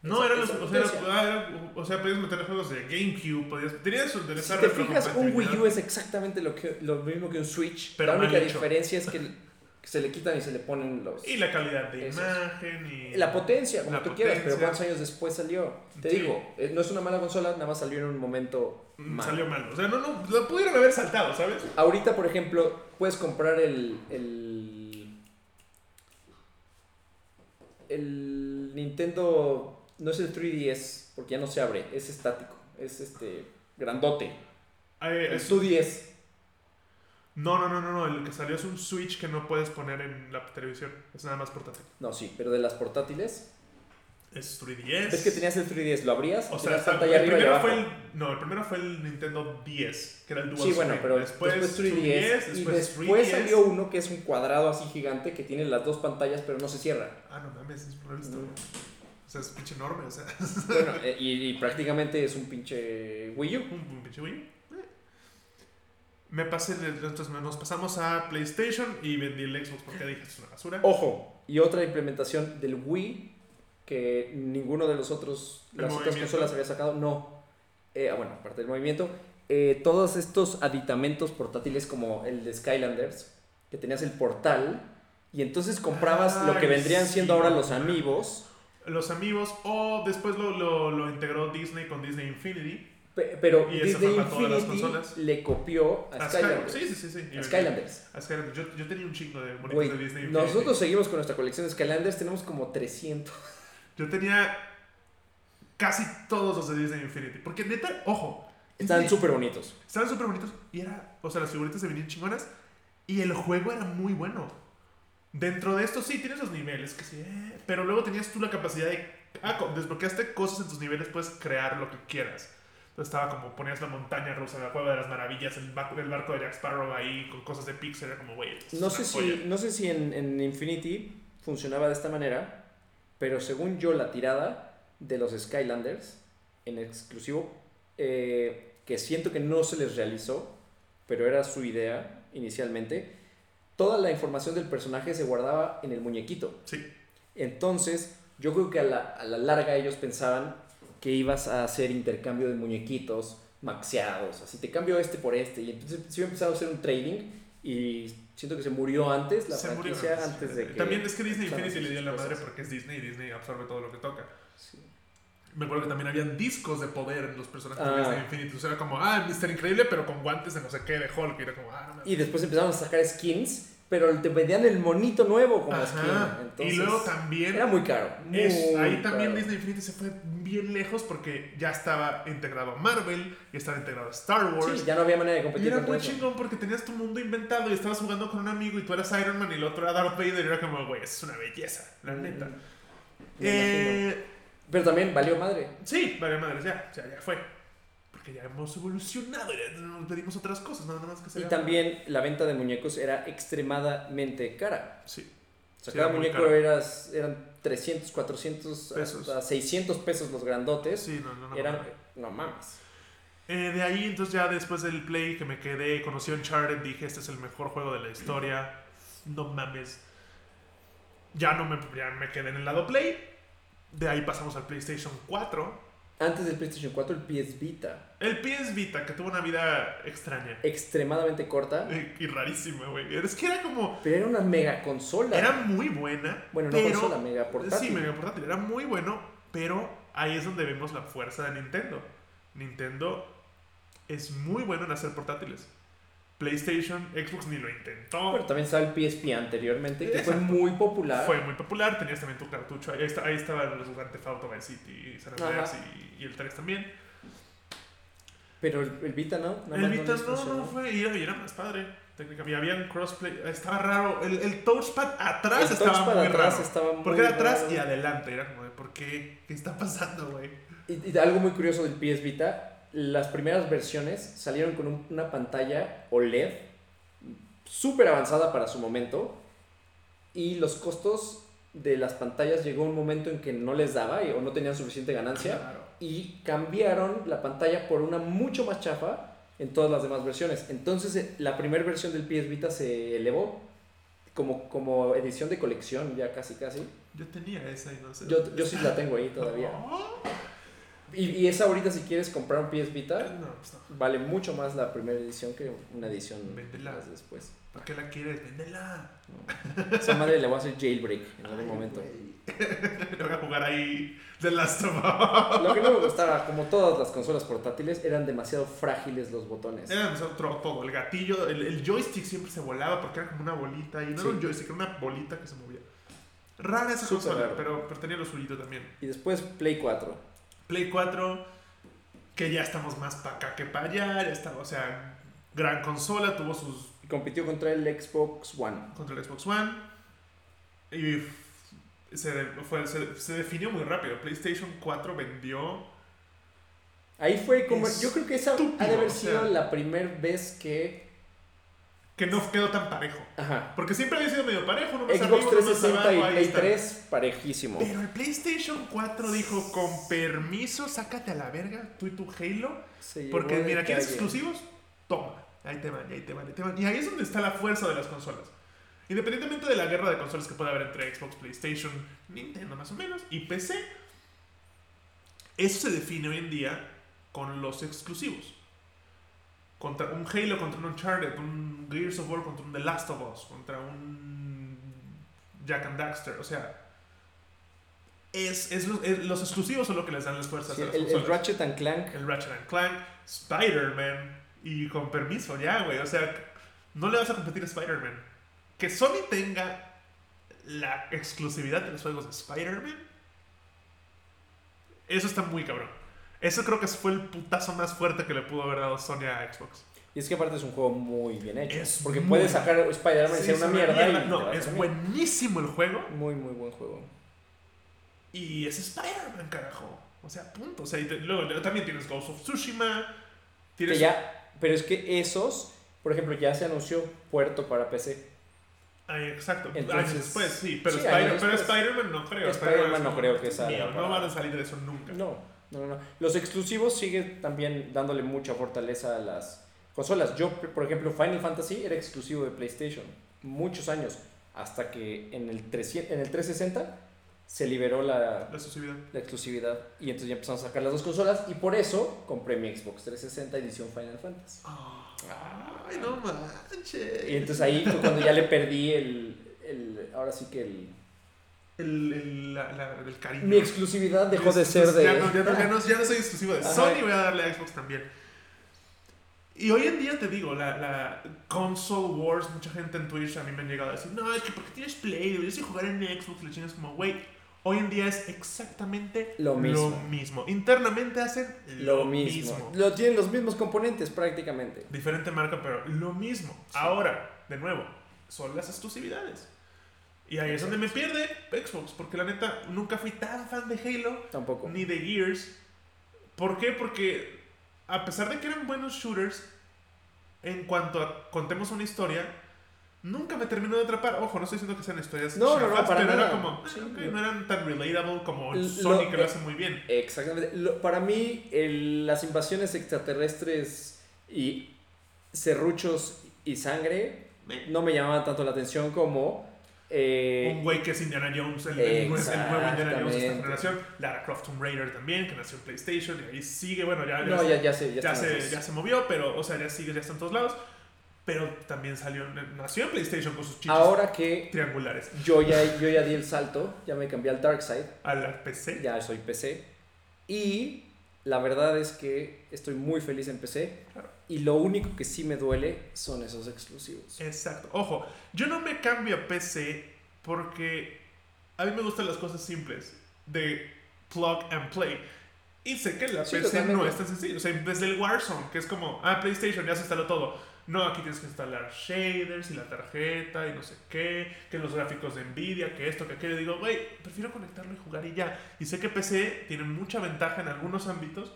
Speaker 2: No,
Speaker 1: esa-
Speaker 2: eran los.
Speaker 1: esa
Speaker 2: O sea,
Speaker 1: potencia.
Speaker 2: ah, era- o sea, podías meter juegos de GameCube, podías. Tenías un
Speaker 1: Si te fijas, un Wii U es exactamente lo, que, lo mismo que un Switch.
Speaker 2: Pero
Speaker 1: la
Speaker 2: mal
Speaker 1: única
Speaker 2: hecho.
Speaker 1: diferencia es que que se le quitan y se le ponen los.
Speaker 2: Y la calidad de
Speaker 1: Eso es.
Speaker 2: imagen y.
Speaker 1: La potencia, como
Speaker 2: La
Speaker 1: tú quieras, pero
Speaker 2: potencia.
Speaker 1: ¿cuántos años después salió? Te
Speaker 2: Sí.
Speaker 1: digo, eh, no es una mala consola, nada más salió en un momento
Speaker 2: Mm,
Speaker 1: mal.
Speaker 2: Salió mal. O sea, no, no. La pudieron haber saltado, ¿sabes?
Speaker 1: Ahorita, por ejemplo, puedes comprar el. el. el Nintendo. No es el 3DS, porque ya no se abre, es estático, es este. grandote.
Speaker 2: Eh,
Speaker 1: El
Speaker 2: es-
Speaker 1: 2DS.
Speaker 2: no, no, no, no, no. El que salió es un Switch que no puedes poner en la televisión. Es nada más portátil.
Speaker 1: No, sí, pero de las portátiles.
Speaker 2: Es 3DS.
Speaker 1: Es que tenías el 3DS, lo abrías,
Speaker 2: O
Speaker 1: y
Speaker 2: sea,
Speaker 1: tenías
Speaker 2: está-
Speaker 1: pantalla
Speaker 2: el
Speaker 1: arriba y
Speaker 2: primero
Speaker 1: abajo.
Speaker 2: fue el, no, el primero fue el Nintendo 10, que era el Dual
Speaker 1: Sí, bueno,
Speaker 2: Screen.
Speaker 1: pero después, 3DS, y después
Speaker 2: 3DS.
Speaker 1: salió uno que es un cuadrado así gigante que tiene las dos pantallas, pero no se cierra.
Speaker 2: Ah, no mames, es realista.
Speaker 1: Mm.
Speaker 2: sea, es pinche enorme, o sea.
Speaker 1: Bueno, eh, y, y prácticamente es un pinche Wii U.
Speaker 2: Un, un pinche Wii U. Eh. Me pasé, de- entonces nos pasamos a PlayStation y vendí el Xbox porque dije, es una basura.
Speaker 1: Ojo, y otra implementación del Wii que ninguno de los otros,
Speaker 2: El
Speaker 1: las otras
Speaker 2: movimiento.
Speaker 1: consolas había sacado, no. Eh, ah, bueno, aparte del movimiento, eh, todos estos aditamentos portátiles como el de Skylanders, que tenías el portal y entonces comprabas lo que
Speaker 2: Ay,
Speaker 1: vendrían
Speaker 2: sí.
Speaker 1: siendo ahora los amigos,
Speaker 2: Los amigos, o después lo, lo, lo integró Disney con Disney Infinity.
Speaker 1: pero
Speaker 2: Y ese
Speaker 1: Disney
Speaker 2: fue para todas las consolas.
Speaker 1: Infinity le copió a,
Speaker 2: A Skyrim.
Speaker 1: Skylanders.
Speaker 2: Sí, sí, sí. sí. Y
Speaker 1: A
Speaker 2: vendí-
Speaker 1: Skylanders.
Speaker 2: a Skyrim. Yo, yo tenía un chingo de monitos
Speaker 1: Güey,
Speaker 2: de Disney Infinity.
Speaker 1: nosotros seguimos con nuestra colección de Skylanders, tenemos como 300.
Speaker 2: Yo tenía casi todos los de Disney Infinity. Porque neta, ojo.
Speaker 1: Están
Speaker 2: Disney-
Speaker 1: súper bonitos.
Speaker 2: Estaban súper bonitos. Y era. O sea, las figuritas se venían chingonas. Y el juego era muy bueno. Dentro de esto sí, tienes los niveles, que sí, eh, pero luego tenías tú la capacidad de... Ah, co- desbloqueaste cosas en tus niveles, puedes crear lo que quieras. Entonces estaba como, ponías la montaña rusa, la cueva de las maravillas, el barco, el barco de Jack Sparrow ahí, con cosas de Pixar, era como, güey, esto es
Speaker 1: No
Speaker 2: una
Speaker 1: sé,
Speaker 2: joya.
Speaker 1: si, no sé si en, en Infinity funcionaba de esta manera, pero según yo la tirada de los Skylanders en exclusivo, eh, que siento que no se les realizó, pero era su idea inicialmente, toda la información del personaje se guardaba en el muñequito.
Speaker 2: Sí,
Speaker 1: Entonces, yo creo que a la, a la larga ellos pensaban que ibas a hacer intercambio de muñequitos maxeados. Así te cambio este por este. Y entonces sí empezaron a hacer un trading. Y siento que se murió antes la
Speaker 2: se murió.
Speaker 1: franquicia antes de que.
Speaker 2: También es que Disney
Speaker 1: empezaran a
Speaker 2: Infinity
Speaker 1: hacer
Speaker 2: le dio
Speaker 1: sus
Speaker 2: la madre
Speaker 1: cosas.
Speaker 2: porque es Disney y Disney absorbe todo lo que toca.
Speaker 1: Sí.
Speaker 2: Me acuerdo que también habían discos de poder en los personajes
Speaker 1: Ah.
Speaker 2: de Disney Infinity. Entonces era como, ah, Mr. Increíble, pero con guantes de no sé qué, de Hulk. Y era como, ah, no me
Speaker 1: Y después empezaron a sacar skins, pero te vendían el monito nuevo como
Speaker 2: Ajá.
Speaker 1: skin. Entonces,
Speaker 2: y luego también.
Speaker 1: Era muy caro. muy
Speaker 2: es- ahí también
Speaker 1: caro.
Speaker 2: Disney Infinity se fue bien lejos porque ya estaba integrado Marvel, ya estaba integrado Star Wars.
Speaker 1: Sí, ya pues, no había manera de
Speaker 2: y
Speaker 1: competir
Speaker 2: era
Speaker 1: con
Speaker 2: muy
Speaker 1: eso.
Speaker 2: chingón porque tenías tu mundo inventado y estabas jugando con un amigo y tú eras Iron Man y el otro era Darth Vader. Y era como, güey, es una belleza, la neta.
Speaker 1: Me
Speaker 2: Eh,
Speaker 1: Pero también valió madre.
Speaker 2: sí, vale, madre, ya, ya, ya fue. Porque ya hemos evolucionado, ya nos pedimos otras cosas, nada más que se
Speaker 1: Y
Speaker 2: vea-
Speaker 1: también la venta de muñecos era extremadamente cara.
Speaker 2: Sí.
Speaker 1: O sea,
Speaker 2: Sí,
Speaker 1: cada
Speaker 2: era muy
Speaker 1: muñeco
Speaker 2: caro.
Speaker 1: eras- eran 300, 400,
Speaker 2: Pesos.
Speaker 1: hasta 600 pesos los grandotes.
Speaker 2: Sí, no, no, no.
Speaker 1: eran, no mames.
Speaker 2: Eh, de ahí, entonces ya después del play que me quedé, conocí a Uncharted, dije, este es el mejor juego de la historia. No mames. Ya no me, ya me quedé en el lado play. De ahí pasamos al PlayStation 4.
Speaker 1: Antes del PlayStation 4, el PS Vita,
Speaker 2: El PS Vita, que tuvo una vida extraña.
Speaker 1: extremadamente corta,
Speaker 2: eh, Y rarísima, güey. Es que era como...
Speaker 1: pero era una mega consola.
Speaker 2: Era muy buena.
Speaker 1: bueno, no
Speaker 2: pero,
Speaker 1: consola, mega portátil.
Speaker 2: Sí, mega portátil. Era muy bueno, pero ahí es donde vemos la fuerza de Nintendo. Nintendo es muy bueno en hacer portátiles. PlayStation, Xbox ni lo intentó.
Speaker 1: Pero también estaba el PSP anteriormente, que fue
Speaker 2: Exacto.
Speaker 1: muy popular.
Speaker 2: Fue muy popular, tenías también tu cartucho. Ahí, está- ahí estaba el jugante Fauto Vice City y San Andreas
Speaker 1: Ajá.
Speaker 2: y, y el 3 también.
Speaker 1: Pero el, el Vita no. nada
Speaker 2: el
Speaker 1: más
Speaker 2: Vita
Speaker 1: les
Speaker 2: no, no
Speaker 1: funcionó.
Speaker 2: fue. Y era, y era más padre, técnicamente. Habían crossplay. Estaba raro. El, el touchpad atrás
Speaker 1: El
Speaker 2: estaba
Speaker 1: touchpad
Speaker 2: muy
Speaker 1: atrás
Speaker 2: raro.
Speaker 1: estaba muy
Speaker 2: Porque era atrás
Speaker 1: raro.
Speaker 2: y adelante. Era como de, ¿por qué? ¿Qué está pasando, güey?
Speaker 1: Y, y algo muy curioso del PS Vita, las primeras versiones salieron con un- una pantalla OLED súper avanzada para su momento y los costos de las pantallas llegó un momento en que no les daba y- o no tenían suficiente ganancia
Speaker 2: Claro.
Speaker 1: y cambiaron la pantalla por una mucho más chafa en todas las demás versiones. Entonces eh, la primera versión del PS Vita se elevó como, como edición de colección ya casi casi.
Speaker 2: Yo tenía esa y no sé.
Speaker 1: Yo, yo sí la tengo ahí todavía.
Speaker 2: No,
Speaker 1: Y, y esa ahorita si quieres comprar un PS Vita,
Speaker 2: no, pues no.
Speaker 1: vale mucho más la primera edición que una edición
Speaker 2: Véndela.
Speaker 1: más después.
Speaker 2: ¿Para qué la quieres? Véndela.
Speaker 1: Esa madre le voy a hacer jailbreak en algún
Speaker 2: Ay,
Speaker 1: momento.
Speaker 2: güey. Le voy a jugar ahí The Last of Us.
Speaker 1: Lo que no me gustaba, como todas las consolas portátiles, eran demasiado frágiles los botones.
Speaker 2: Era demasiado tro- todo. El gatillo, el, el joystick siempre se volaba porque era como una bolita. Y no
Speaker 1: Sí.
Speaker 2: era un joystick, era una bolita que se movía. Rara esa
Speaker 1: Súper
Speaker 2: consola,
Speaker 1: raro.
Speaker 2: pero, pero tenía lo suyito también.
Speaker 1: Y después Play 4.
Speaker 2: Play 4, que ya estamos más para acá que para allá. ya está- o sea, gran consola, tuvo sus
Speaker 1: Y compitió contra el Xbox One.
Speaker 2: contra el Xbox One. Y se, fue- se- se definió muy rápido. PlayStation 4 vendió.
Speaker 1: Ahí fue como...
Speaker 2: Es
Speaker 1: Yo creo que esa ha
Speaker 2: estúpido,
Speaker 1: de haber
Speaker 2: o
Speaker 1: sido
Speaker 2: sea.
Speaker 1: la primera vez que...
Speaker 2: que no quedó tan parejo.
Speaker 1: Ajá.
Speaker 2: Porque siempre había sido medio parejo, uno más
Speaker 1: Xbox
Speaker 2: arriba, uno más
Speaker 1: 360 y
Speaker 2: abajo, ahí
Speaker 1: Play
Speaker 2: está.
Speaker 1: 3, parejísimo.
Speaker 2: Pero el PlayStation 4 dijo, con permiso, sácate a la verga tú y tu Halo.
Speaker 1: Se llevó
Speaker 2: Porque
Speaker 1: de
Speaker 2: mira, ¿quieres
Speaker 1: calle.
Speaker 2: exclusivos? Toma, ahí te van, y ahí te van, ahí te van. Y ahí es donde está la fuerza de las consolas. Independientemente de la guerra de consolas que pueda haber entre Xbox, PlayStation, Nintendo más o menos, y PC, eso se define hoy en día con los exclusivos. Contra un Halo, contra un Uncharted, un Gears of War, contra un The Last of Us, contra un Jack and Daxter, o sea... Es, es lo- es- los exclusivos son lo que les dan las fuerzas
Speaker 1: Sí,
Speaker 2: a las
Speaker 1: el, el
Speaker 2: consolas
Speaker 1: Ratchet and Clank.
Speaker 2: el Ratchet and Clank, Spider-Man, y con permiso ya, güey. O sea, no le vas a competir a Spider-Man. Que Sony tenga la exclusividad de los juegos de Spider-Man, eso está muy cabrón. Eso creo que fue el putazo más fuerte que le pudo haber dado Sony a Xbox.
Speaker 1: Y es que aparte es un juego muy bien hecho.
Speaker 2: Es
Speaker 1: porque
Speaker 2: muy-
Speaker 1: puedes sacar Spider-Man y
Speaker 2: Sí,
Speaker 1: ser
Speaker 2: es
Speaker 1: una mierda. y te va
Speaker 2: No,
Speaker 1: a
Speaker 2: es
Speaker 1: hacer
Speaker 2: buenísimo el juego.
Speaker 1: bien. Muy, muy buen juego.
Speaker 2: Y es Spider-Man, carajo. O sea, punto. O sea, y te- luego luego también tienes Ghost of Tsushima.
Speaker 1: Que
Speaker 2: Tienes
Speaker 1: ya, pero es que esos, por ejemplo, ya se anunció puerto para PC.
Speaker 2: Ah, exacto, años
Speaker 1: Entonces-
Speaker 2: después, sí, pero,
Speaker 1: Sí,
Speaker 2: Spider-
Speaker 1: años
Speaker 2: pero
Speaker 1: después.
Speaker 2: Spider-Man no creo.
Speaker 1: Spider-Man
Speaker 2: es
Speaker 1: no
Speaker 2: un-
Speaker 1: creo que salga
Speaker 2: Mío,
Speaker 1: para-
Speaker 2: no van a salir de eso nunca.
Speaker 1: No, no, no, no. Los exclusivos siguen también dándole mucha fortaleza a las consolas. Yo, por ejemplo, Final Fantasy era exclusivo de PlayStation muchos años, hasta que en el, 300 en el 360 se liberó la,
Speaker 2: La exclusividad.
Speaker 1: la exclusividad y entonces ya empezaron a sacar las dos consolas y por eso compré mi Xbox 360 edición Final Fantasy.
Speaker 2: Ay, no manches.
Speaker 1: Ah. Y entonces ahí fue cuando ya le perdí el, el ahora sí que el,
Speaker 2: El, el, la- la- el cariño.
Speaker 1: mi exclusividad dejó de
Speaker 2: Entonces,
Speaker 1: ser de...
Speaker 2: Ya no, ya no- ya no- ya no soy exclusivo de
Speaker 1: Ajá.
Speaker 2: Sony, voy a darle a Xbox también. Y hoy en día te digo, la, la console wars, mucha gente en Twitch a mí me han llegado a decir, no, es que porque tienes Play, deberías de jugar en Xbox, le chingas como, güey, hoy en día es exactamente
Speaker 1: Lo mismo.
Speaker 2: mismo. Internamente hacen
Speaker 1: Lo mismo. Lo tienen los mismos componentes prácticamente.
Speaker 2: Diferente marca, pero lo mismo. Ahora, de nuevo, son las exclusividades. Y ahí es donde me pierde Xbox, porque la neta, nunca fui tan fan de Halo
Speaker 1: Tampoco.
Speaker 2: ni de Gears. ¿Por qué? Porque a pesar de que eran buenos shooters, en cuanto a contemos una historia, nunca me terminó de atrapar. Ojo, no estoy diciendo que sean historias
Speaker 1: No, no, no, para
Speaker 2: pero
Speaker 1: nada.
Speaker 2: era como,
Speaker 1: Sí,
Speaker 2: "Ah, ok",
Speaker 1: lo-
Speaker 2: no eran tan relatable como
Speaker 1: Lo-
Speaker 2: Sony que lo
Speaker 1: eh,
Speaker 2: hace muy bien.
Speaker 1: Exactamente. Lo- para mí, el- las invasiones extraterrestres y serruchos y sangre
Speaker 2: Eh,
Speaker 1: no me llamaban tanto la atención como... eh,
Speaker 2: Un güey que es Indiana Jones, el, el nuevo el nuevo Indiana Jones de esta
Speaker 1: Exactamente.
Speaker 2: generación. Lara Croft Tomb Raider también, que nació en PlayStation y ahí sigue, bueno, ya,
Speaker 1: no, ya, ya sé, ya,
Speaker 2: ya
Speaker 1: están
Speaker 2: se,
Speaker 1: esos.
Speaker 2: ya se movió, pero, o sea, ya sigue, ya está en todos lados. Pero también salió, nació en PlayStation con sus chichis
Speaker 1: Ahora que
Speaker 2: triangulares.
Speaker 1: yo ya, yo ya di el salto, ya me cambié al Dark Side,
Speaker 2: A la PC.
Speaker 1: ya soy PC. Y la verdad es que estoy muy feliz en PC.
Speaker 2: Claro.
Speaker 1: Y lo único que sí me duele son esos exclusivos.
Speaker 2: Exacto. Ojo, yo no me cambio a PC porque a mí me gustan las cosas simples de plug and play. Y sé que la
Speaker 1: Sí,
Speaker 2: PC no
Speaker 1: totalmente.
Speaker 2: es tan sencillo. O sea, desde el Warzone, que es como, ah, PlayStation ya se instaló todo. No, aquí tienes que instalar shaders y la tarjeta y no sé qué, que los gráficos de Nvidia, que esto, que aquello. Digo, güey, prefiero conectarlo y jugar y ya. Y sé que PC tiene mucha ventaja en algunos ámbitos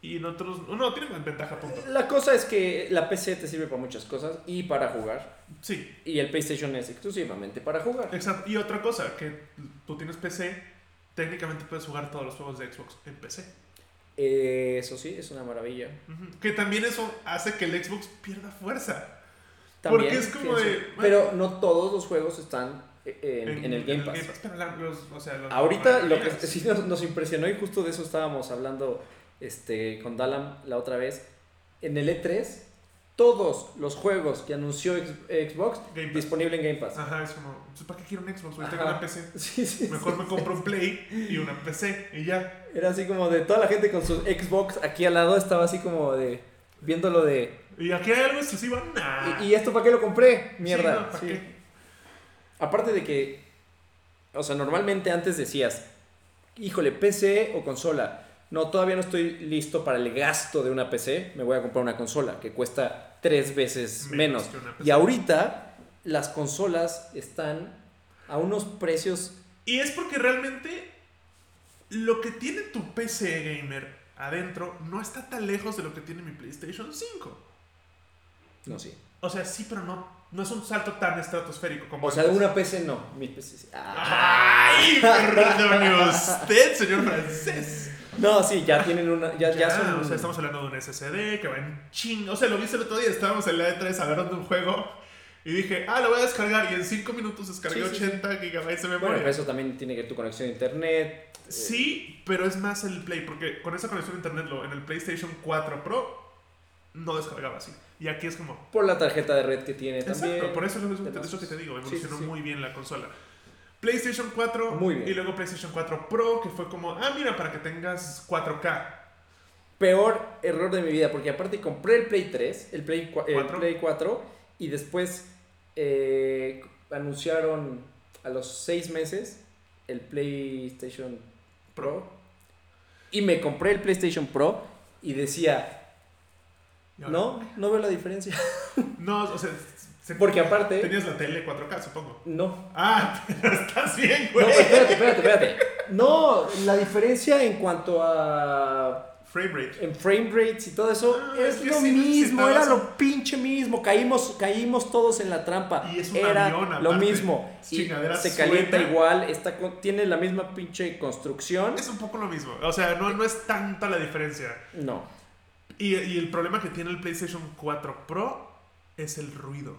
Speaker 2: y en otros. No, tiene ventaja, punto.
Speaker 1: La cosa es que la PC te sirve para muchas cosas y para jugar.
Speaker 2: Sí,
Speaker 1: Y el PlayStation es exclusivamente para jugar.
Speaker 2: Exacto. Y otra cosa, que tú tienes PC, técnicamente puedes jugar todos los juegos de Xbox en PC.
Speaker 1: Eh, eso sí, es una maravilla.
Speaker 2: Ujú. Que también eso hace que el Xbox pierda fuerza.
Speaker 1: También,
Speaker 2: Porque es como
Speaker 1: pienso.
Speaker 2: de-
Speaker 1: Pero no todos los juegos están eh, en, en el Game Pass.
Speaker 2: Pero la- los- o sea, los-
Speaker 1: Ahorita
Speaker 2: los-
Speaker 1: lo que sí nos, nos impresionó y justo de eso estábamos hablando este, con Dalam la otra vez. En el E3, todos los juegos que anunció ex- Xbox
Speaker 2: Game Pass.
Speaker 1: disponible en Game Pass.
Speaker 2: Ajá, es como, "Pues, ¿para qué quiero un Xbox? Güey? Tengo
Speaker 1: Ajá.
Speaker 2: una PC.
Speaker 1: Sí, sí,
Speaker 2: Mejor
Speaker 1: sí.
Speaker 2: me compro un Play y una PC y ya.
Speaker 1: Era así como de toda la gente con su Xbox aquí al lado estaba así como de viéndolo de...
Speaker 2: ¿Y aquí hay algo exclusivo? Nah.
Speaker 1: ¿Y, y esto para qué lo compré?
Speaker 2: Ah. Sí,
Speaker 1: Mierda.
Speaker 2: no, ¿para
Speaker 1: sí.
Speaker 2: qué?
Speaker 1: Aparte de que, o sea, normalmente antes decías, híjole, PC o consola. No, todavía no estoy listo para el gasto de una PC. Me voy a comprar una consola que cuesta tres veces menos.
Speaker 2: que una PC.
Speaker 1: Y ahorita las consolas están a unos precios...
Speaker 2: Y es porque realmente lo que tiene tu PC gamer adentro no está tan lejos de lo que tiene mi PlayStation 5.
Speaker 1: No, sí.
Speaker 2: O sea, sí, pero no. No es un salto tan estratosférico como.
Speaker 1: O sea, de
Speaker 2: antes.
Speaker 1: una PC no. Mi PC sí. Ah.
Speaker 2: ¡Ay! Perdone usted, señor francés.
Speaker 1: No, sí, ya tienen una. Ya,
Speaker 2: Ya,
Speaker 1: ya, son.
Speaker 2: o sea, estamos hablando de un SSD que va en ching. O sea, lo viste el otro día, estábamos en la E3 hablando de un juego. Y dije, ah, lo voy a descargar. Y en 5 minutos descargué
Speaker 1: Sí, sí, sí.
Speaker 2: 80 gigabytes de memoria.
Speaker 1: Bueno, pues, eh. pero eso también tiene que ver tu conexión a internet.
Speaker 2: Sí, pero es más el Play, porque con esa conexión a internet lo, en el PlayStation 4 Pro no descargaba así. Y aquí es como.
Speaker 1: Por la tarjeta de red que tiene también.
Speaker 2: Exacto, por eso es lo-
Speaker 1: demás.
Speaker 2: es lo que te digo,
Speaker 1: Sí, sí,
Speaker 2: evolucionó
Speaker 1: sí.
Speaker 2: muy bien la consola. PlayStation 4
Speaker 1: Muy bien.
Speaker 2: y luego PlayStation 4 Pro, que fue como, ah, mira, para que tengas 4K.
Speaker 1: Peor error de mi vida, porque aparte compré el Play 3, el Play, cua- el
Speaker 2: ¿Cuatro?
Speaker 1: Play 4, y después eh, anunciaron a los seis meses el PlayStation Pro. Y me compré el PlayStation Pro y decía,
Speaker 2: Y ahora-
Speaker 1: no, no veo la diferencia.
Speaker 2: No, o sea, se-
Speaker 1: Porque aparte,
Speaker 2: tenías la tele 4K, supongo.
Speaker 1: no.
Speaker 2: Ah, pero estás bien,
Speaker 1: No,
Speaker 2: güey.
Speaker 1: espérate, espérate, espérate. No, la diferencia en cuanto a
Speaker 2: Frame rate.
Speaker 1: en frame rates y todo eso
Speaker 2: Ah, es
Speaker 1: es
Speaker 2: que
Speaker 1: lo
Speaker 2: sí
Speaker 1: mismo,
Speaker 2: necesitabas
Speaker 1: era
Speaker 2: un-
Speaker 1: lo pinche mismo. Caímos, caímos todos en la trampa.
Speaker 2: Y es un
Speaker 1: era
Speaker 2: avión, aparte.
Speaker 1: lo mismo.
Speaker 2: Es
Speaker 1: Y
Speaker 2: chingadera,
Speaker 1: se calienta
Speaker 2: suena.
Speaker 1: igual, está con- tiene la misma pinche construcción.
Speaker 2: Es un poco lo mismo. O sea, no, no es tanta la diferencia.
Speaker 1: No.
Speaker 2: Y, y el problema que tiene el PlayStation 4 Pro es el ruido.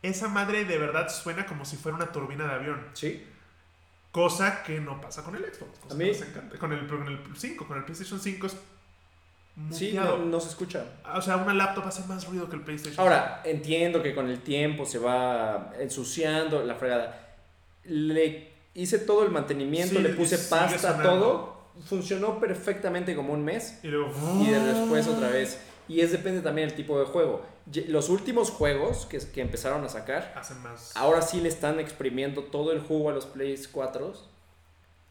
Speaker 2: Esa madre de verdad suena como si fuera una turbina de avión.
Speaker 1: Sí.
Speaker 2: Cosa que no pasa con el Xbox. cosa
Speaker 1: A mí-
Speaker 2: que nos encanta. Con el, con el 5, con el PlayStation 5 es
Speaker 1: Sí,
Speaker 2: muteado.
Speaker 1: no, no se escucha.
Speaker 2: O sea, una laptop hace más ruido que el PlayStation.
Speaker 1: Ahora, entiendo que con el tiempo se va ensuciando la fregada. Le hice todo el mantenimiento,
Speaker 2: Sí,
Speaker 1: le
Speaker 2: y
Speaker 1: puse
Speaker 2: sigue
Speaker 1: pasta,
Speaker 2: sonando.
Speaker 1: todo. Funcionó perfectamente como un mes.
Speaker 2: Y luego...
Speaker 1: y de después otra vez. Y es depende también del tipo de juego. Ye- Los últimos juegos que, que empezaron a sacar,
Speaker 2: Hace más...
Speaker 1: ahora sí le están exprimiendo todo el jugo a los Plays 4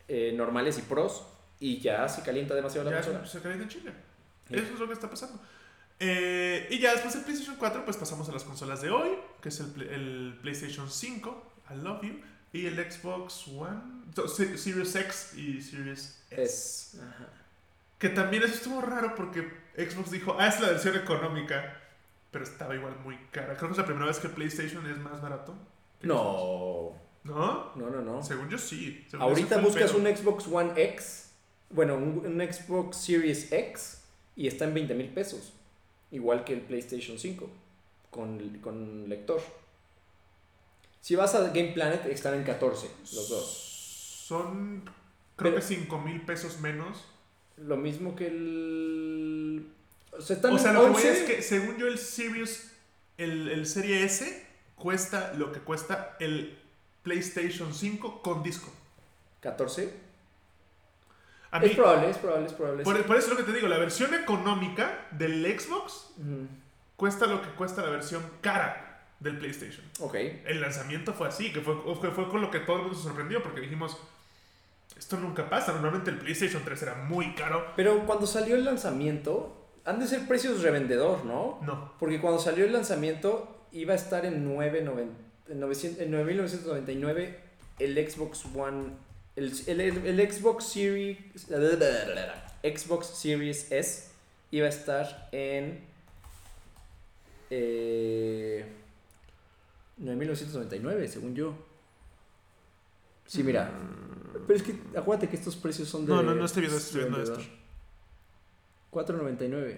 Speaker 1: eh, normales y pros. Y ya se calienta demasiado la
Speaker 2: Ya
Speaker 1: consola.
Speaker 2: se- se calienta en chinga.
Speaker 1: Sí.
Speaker 2: Eso es lo que está pasando. Eh, y ya después del PlayStation 4, pues pasamos a las consolas de hoy, que es el, pl- el PlayStation 5, I love you, y el Xbox One, so- se- Series X y Series S.
Speaker 1: Es. ajá.
Speaker 2: Que también eso estuvo raro porque Xbox dijo, ah, es la versión económica, pero estaba igual muy cara. Creo que es la primera vez que PlayStation es más barato. que Xbox.
Speaker 1: No.
Speaker 2: ¿No?
Speaker 1: No, no, no.
Speaker 2: Según yo sí. Según yo,
Speaker 1: Ahorita
Speaker 2: ese fue el
Speaker 1: buscas
Speaker 2: pedo.
Speaker 1: un Xbox One X. Bueno, un, un Xbox Series X. Y está en 20 mil pesos. Igual que el PlayStation 5. Con, con lector. Si vas a Game Planet, están en 14 los dos.
Speaker 2: Son, creo
Speaker 1: Pero-
Speaker 2: que 5 mil pesos menos.
Speaker 1: Lo mismo que el. O sea, están
Speaker 2: O sea,
Speaker 1: en
Speaker 2: lo que voy
Speaker 1: 11.
Speaker 2: es que según yo el Series, el, el Serie S cuesta lo que cuesta el PlayStation 5 con disco.
Speaker 1: 14.
Speaker 2: A
Speaker 1: Es
Speaker 2: mí,
Speaker 1: probable, es probable, es probable.
Speaker 2: por, por eso es lo que te digo, la versión económica del Xbox
Speaker 1: Ujú.
Speaker 2: cuesta lo que cuesta la versión cara del PlayStation.
Speaker 1: Ok.
Speaker 2: El lanzamiento fue así, que fue, fue, fue con lo que todo el mundo se sorprendió, porque dijimos, esto nunca pasa, normalmente el PlayStation 3 era muy caro.
Speaker 1: Pero cuando salió el lanzamiento, han de ser precios revendedor, ¿no?
Speaker 2: No,
Speaker 1: Porque cuando salió el lanzamiento iba a estar en 9,900 en 900 en 9.999 el Xbox One, el, el- el- el Xbox Series, Xbox Series S iba a estar en eh, 9.999 según yo. Sí, mira. Pero es que acuérdate que estos precios son de...
Speaker 2: Mm. No, no, no estoy viendo, estoy viendo esto.
Speaker 1: 4.99.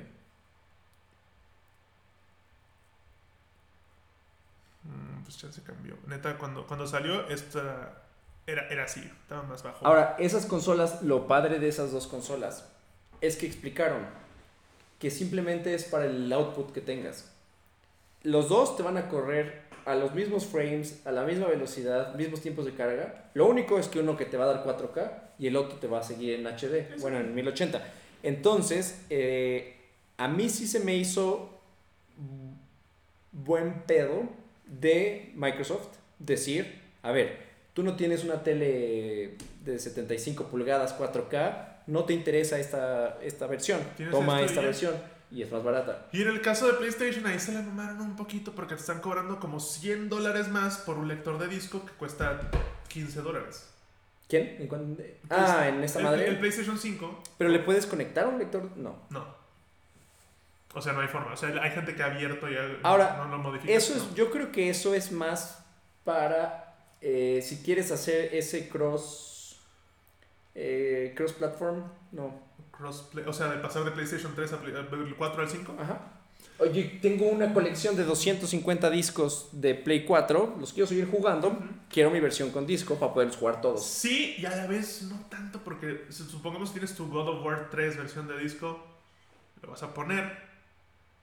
Speaker 2: Mm, pues ya se cambió. Neta, cuando, cuando salió, esta era, era así, estaba más bajo.
Speaker 1: Ahora, esas consolas, lo padre de esas dos consolas es que explicaron que simplemente es para el output que tengas. Los dos te van a correr a los mismos frames, a la misma velocidad, mismos tiempos de carga. Lo único es que uno que te va a dar 4K y el otro te va a seguir en HD,
Speaker 2: Exacto.
Speaker 1: bueno, en 1080. Entonces, eh, a mí sí se me hizo buen pedo de Microsoft decir, a ver, tú no tienes una tele de 75 pulgadas 4K, no te interesa esta, esta versión,
Speaker 2: Tienes
Speaker 1: toma
Speaker 2: esto y
Speaker 1: esta
Speaker 2: ya.
Speaker 1: versión y es más barata.
Speaker 2: Y en el caso de PlayStation, ahí se la mamaron un poquito porque te están cobrando como 100 dólares más por un lector de disco que cuesta 15 dólares.
Speaker 1: ¿Quién? ¿En cuán- Ah, en esta
Speaker 2: El- El
Speaker 1: madre.
Speaker 2: PlayStation 5,
Speaker 1: Pero le puedes conectar un lector, no.
Speaker 2: no. O sea, no hay forma. O sea, hay gente que ha abierto y ha-
Speaker 1: Ahora,
Speaker 2: no lo modifica.
Speaker 1: Eso
Speaker 2: no.
Speaker 1: es, yo creo que eso es más para eh, si quieres hacer ese cross eh, cross platform, no.
Speaker 2: Crossplay, o sea, de pasar de PlayStation 3 a Play- del 4 al 5.
Speaker 1: Ajá. Oye, tengo una colección de 250 discos de Play 4, los quiero seguir jugando, quiero mi versión con disco para poderlos jugar todos.
Speaker 2: Sí, y a la vez no tanto porque si- supongamos tienes tu God of War 3 versión de disco, lo vas a poner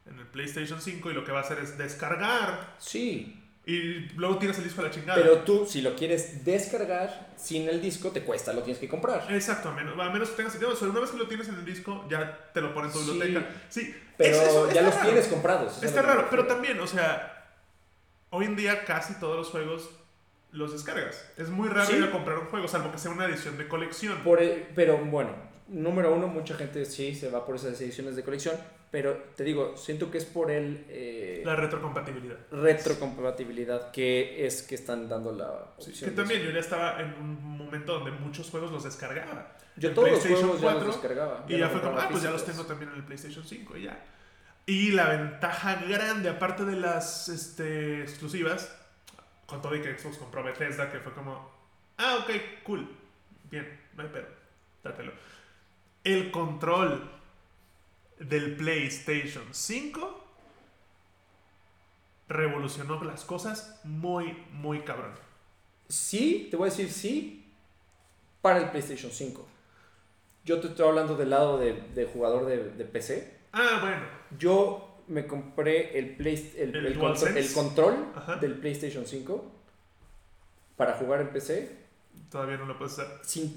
Speaker 2: en el PlayStation 5 y lo que va a hacer es descargar
Speaker 1: Sí,
Speaker 2: y luego tiras el disco a la chingada.
Speaker 1: pero tú si lo quieres descargar sin el disco te cuesta, lo tienes que comprar.
Speaker 2: Exacto, a menos, a menos que tengas... no, o sea, una vez que lo tienes en el disco, ya te lo ponen en tu
Speaker 1: Sí,
Speaker 2: biblioteca. Sí,
Speaker 1: Pero
Speaker 2: es- eso
Speaker 1: ya
Speaker 2: está
Speaker 1: los
Speaker 2: raro.
Speaker 1: tienes comprados. eso es
Speaker 2: Está
Speaker 1: lo que me
Speaker 2: raro, pero
Speaker 1: refiero.
Speaker 2: también, o sea, hoy en día casi todos los juegos los descargas. Es muy raro
Speaker 1: Sí.
Speaker 2: ir a comprar un juego, salvo que sea una edición de colección.
Speaker 1: Por el- pero bueno, número uno, mucha gente sí se va por esas ediciones de colección, pero te digo, siento que es por el eh,
Speaker 2: La retrocompatibilidad.
Speaker 1: retrocompatibilidad que es que están dando la
Speaker 2: Sí,
Speaker 1: opción.
Speaker 2: que
Speaker 1: de
Speaker 2: también yo ya estaba en un momento donde muchos juegos los descargaba.
Speaker 1: eso. yo
Speaker 2: en
Speaker 1: todos los
Speaker 2: PlayStation
Speaker 1: juegos ya los
Speaker 2: 4,
Speaker 1: descargaba.
Speaker 2: Y ya
Speaker 1: los
Speaker 2: fue como,
Speaker 1: compraba
Speaker 2: ah, pues ya los tengo
Speaker 1: físicos.
Speaker 2: también en el PlayStation 5 y ya. Y la ventaja grande, aparte de las este, exclusivas, con todo y que Xbox compró Bethesda, que fue como, ah, ok, cool, bien, no hay pedo, trátelo. El control del PlayStation 5 revolucionó las cosas muy, muy cabrón.
Speaker 1: Sí, te voy a decir sí para el PlayStation 5. Yo te estoy hablando del lado de, de jugador de, de PC.
Speaker 2: Ah, bueno,
Speaker 1: Yo me compré el, Play- el,
Speaker 2: ¿El
Speaker 1: el contro-
Speaker 2: DualSense?
Speaker 1: el control
Speaker 2: Ajá.
Speaker 1: del PlayStation 5 para jugar en PC.
Speaker 2: todavía no lo puedes hacer.
Speaker 1: sin-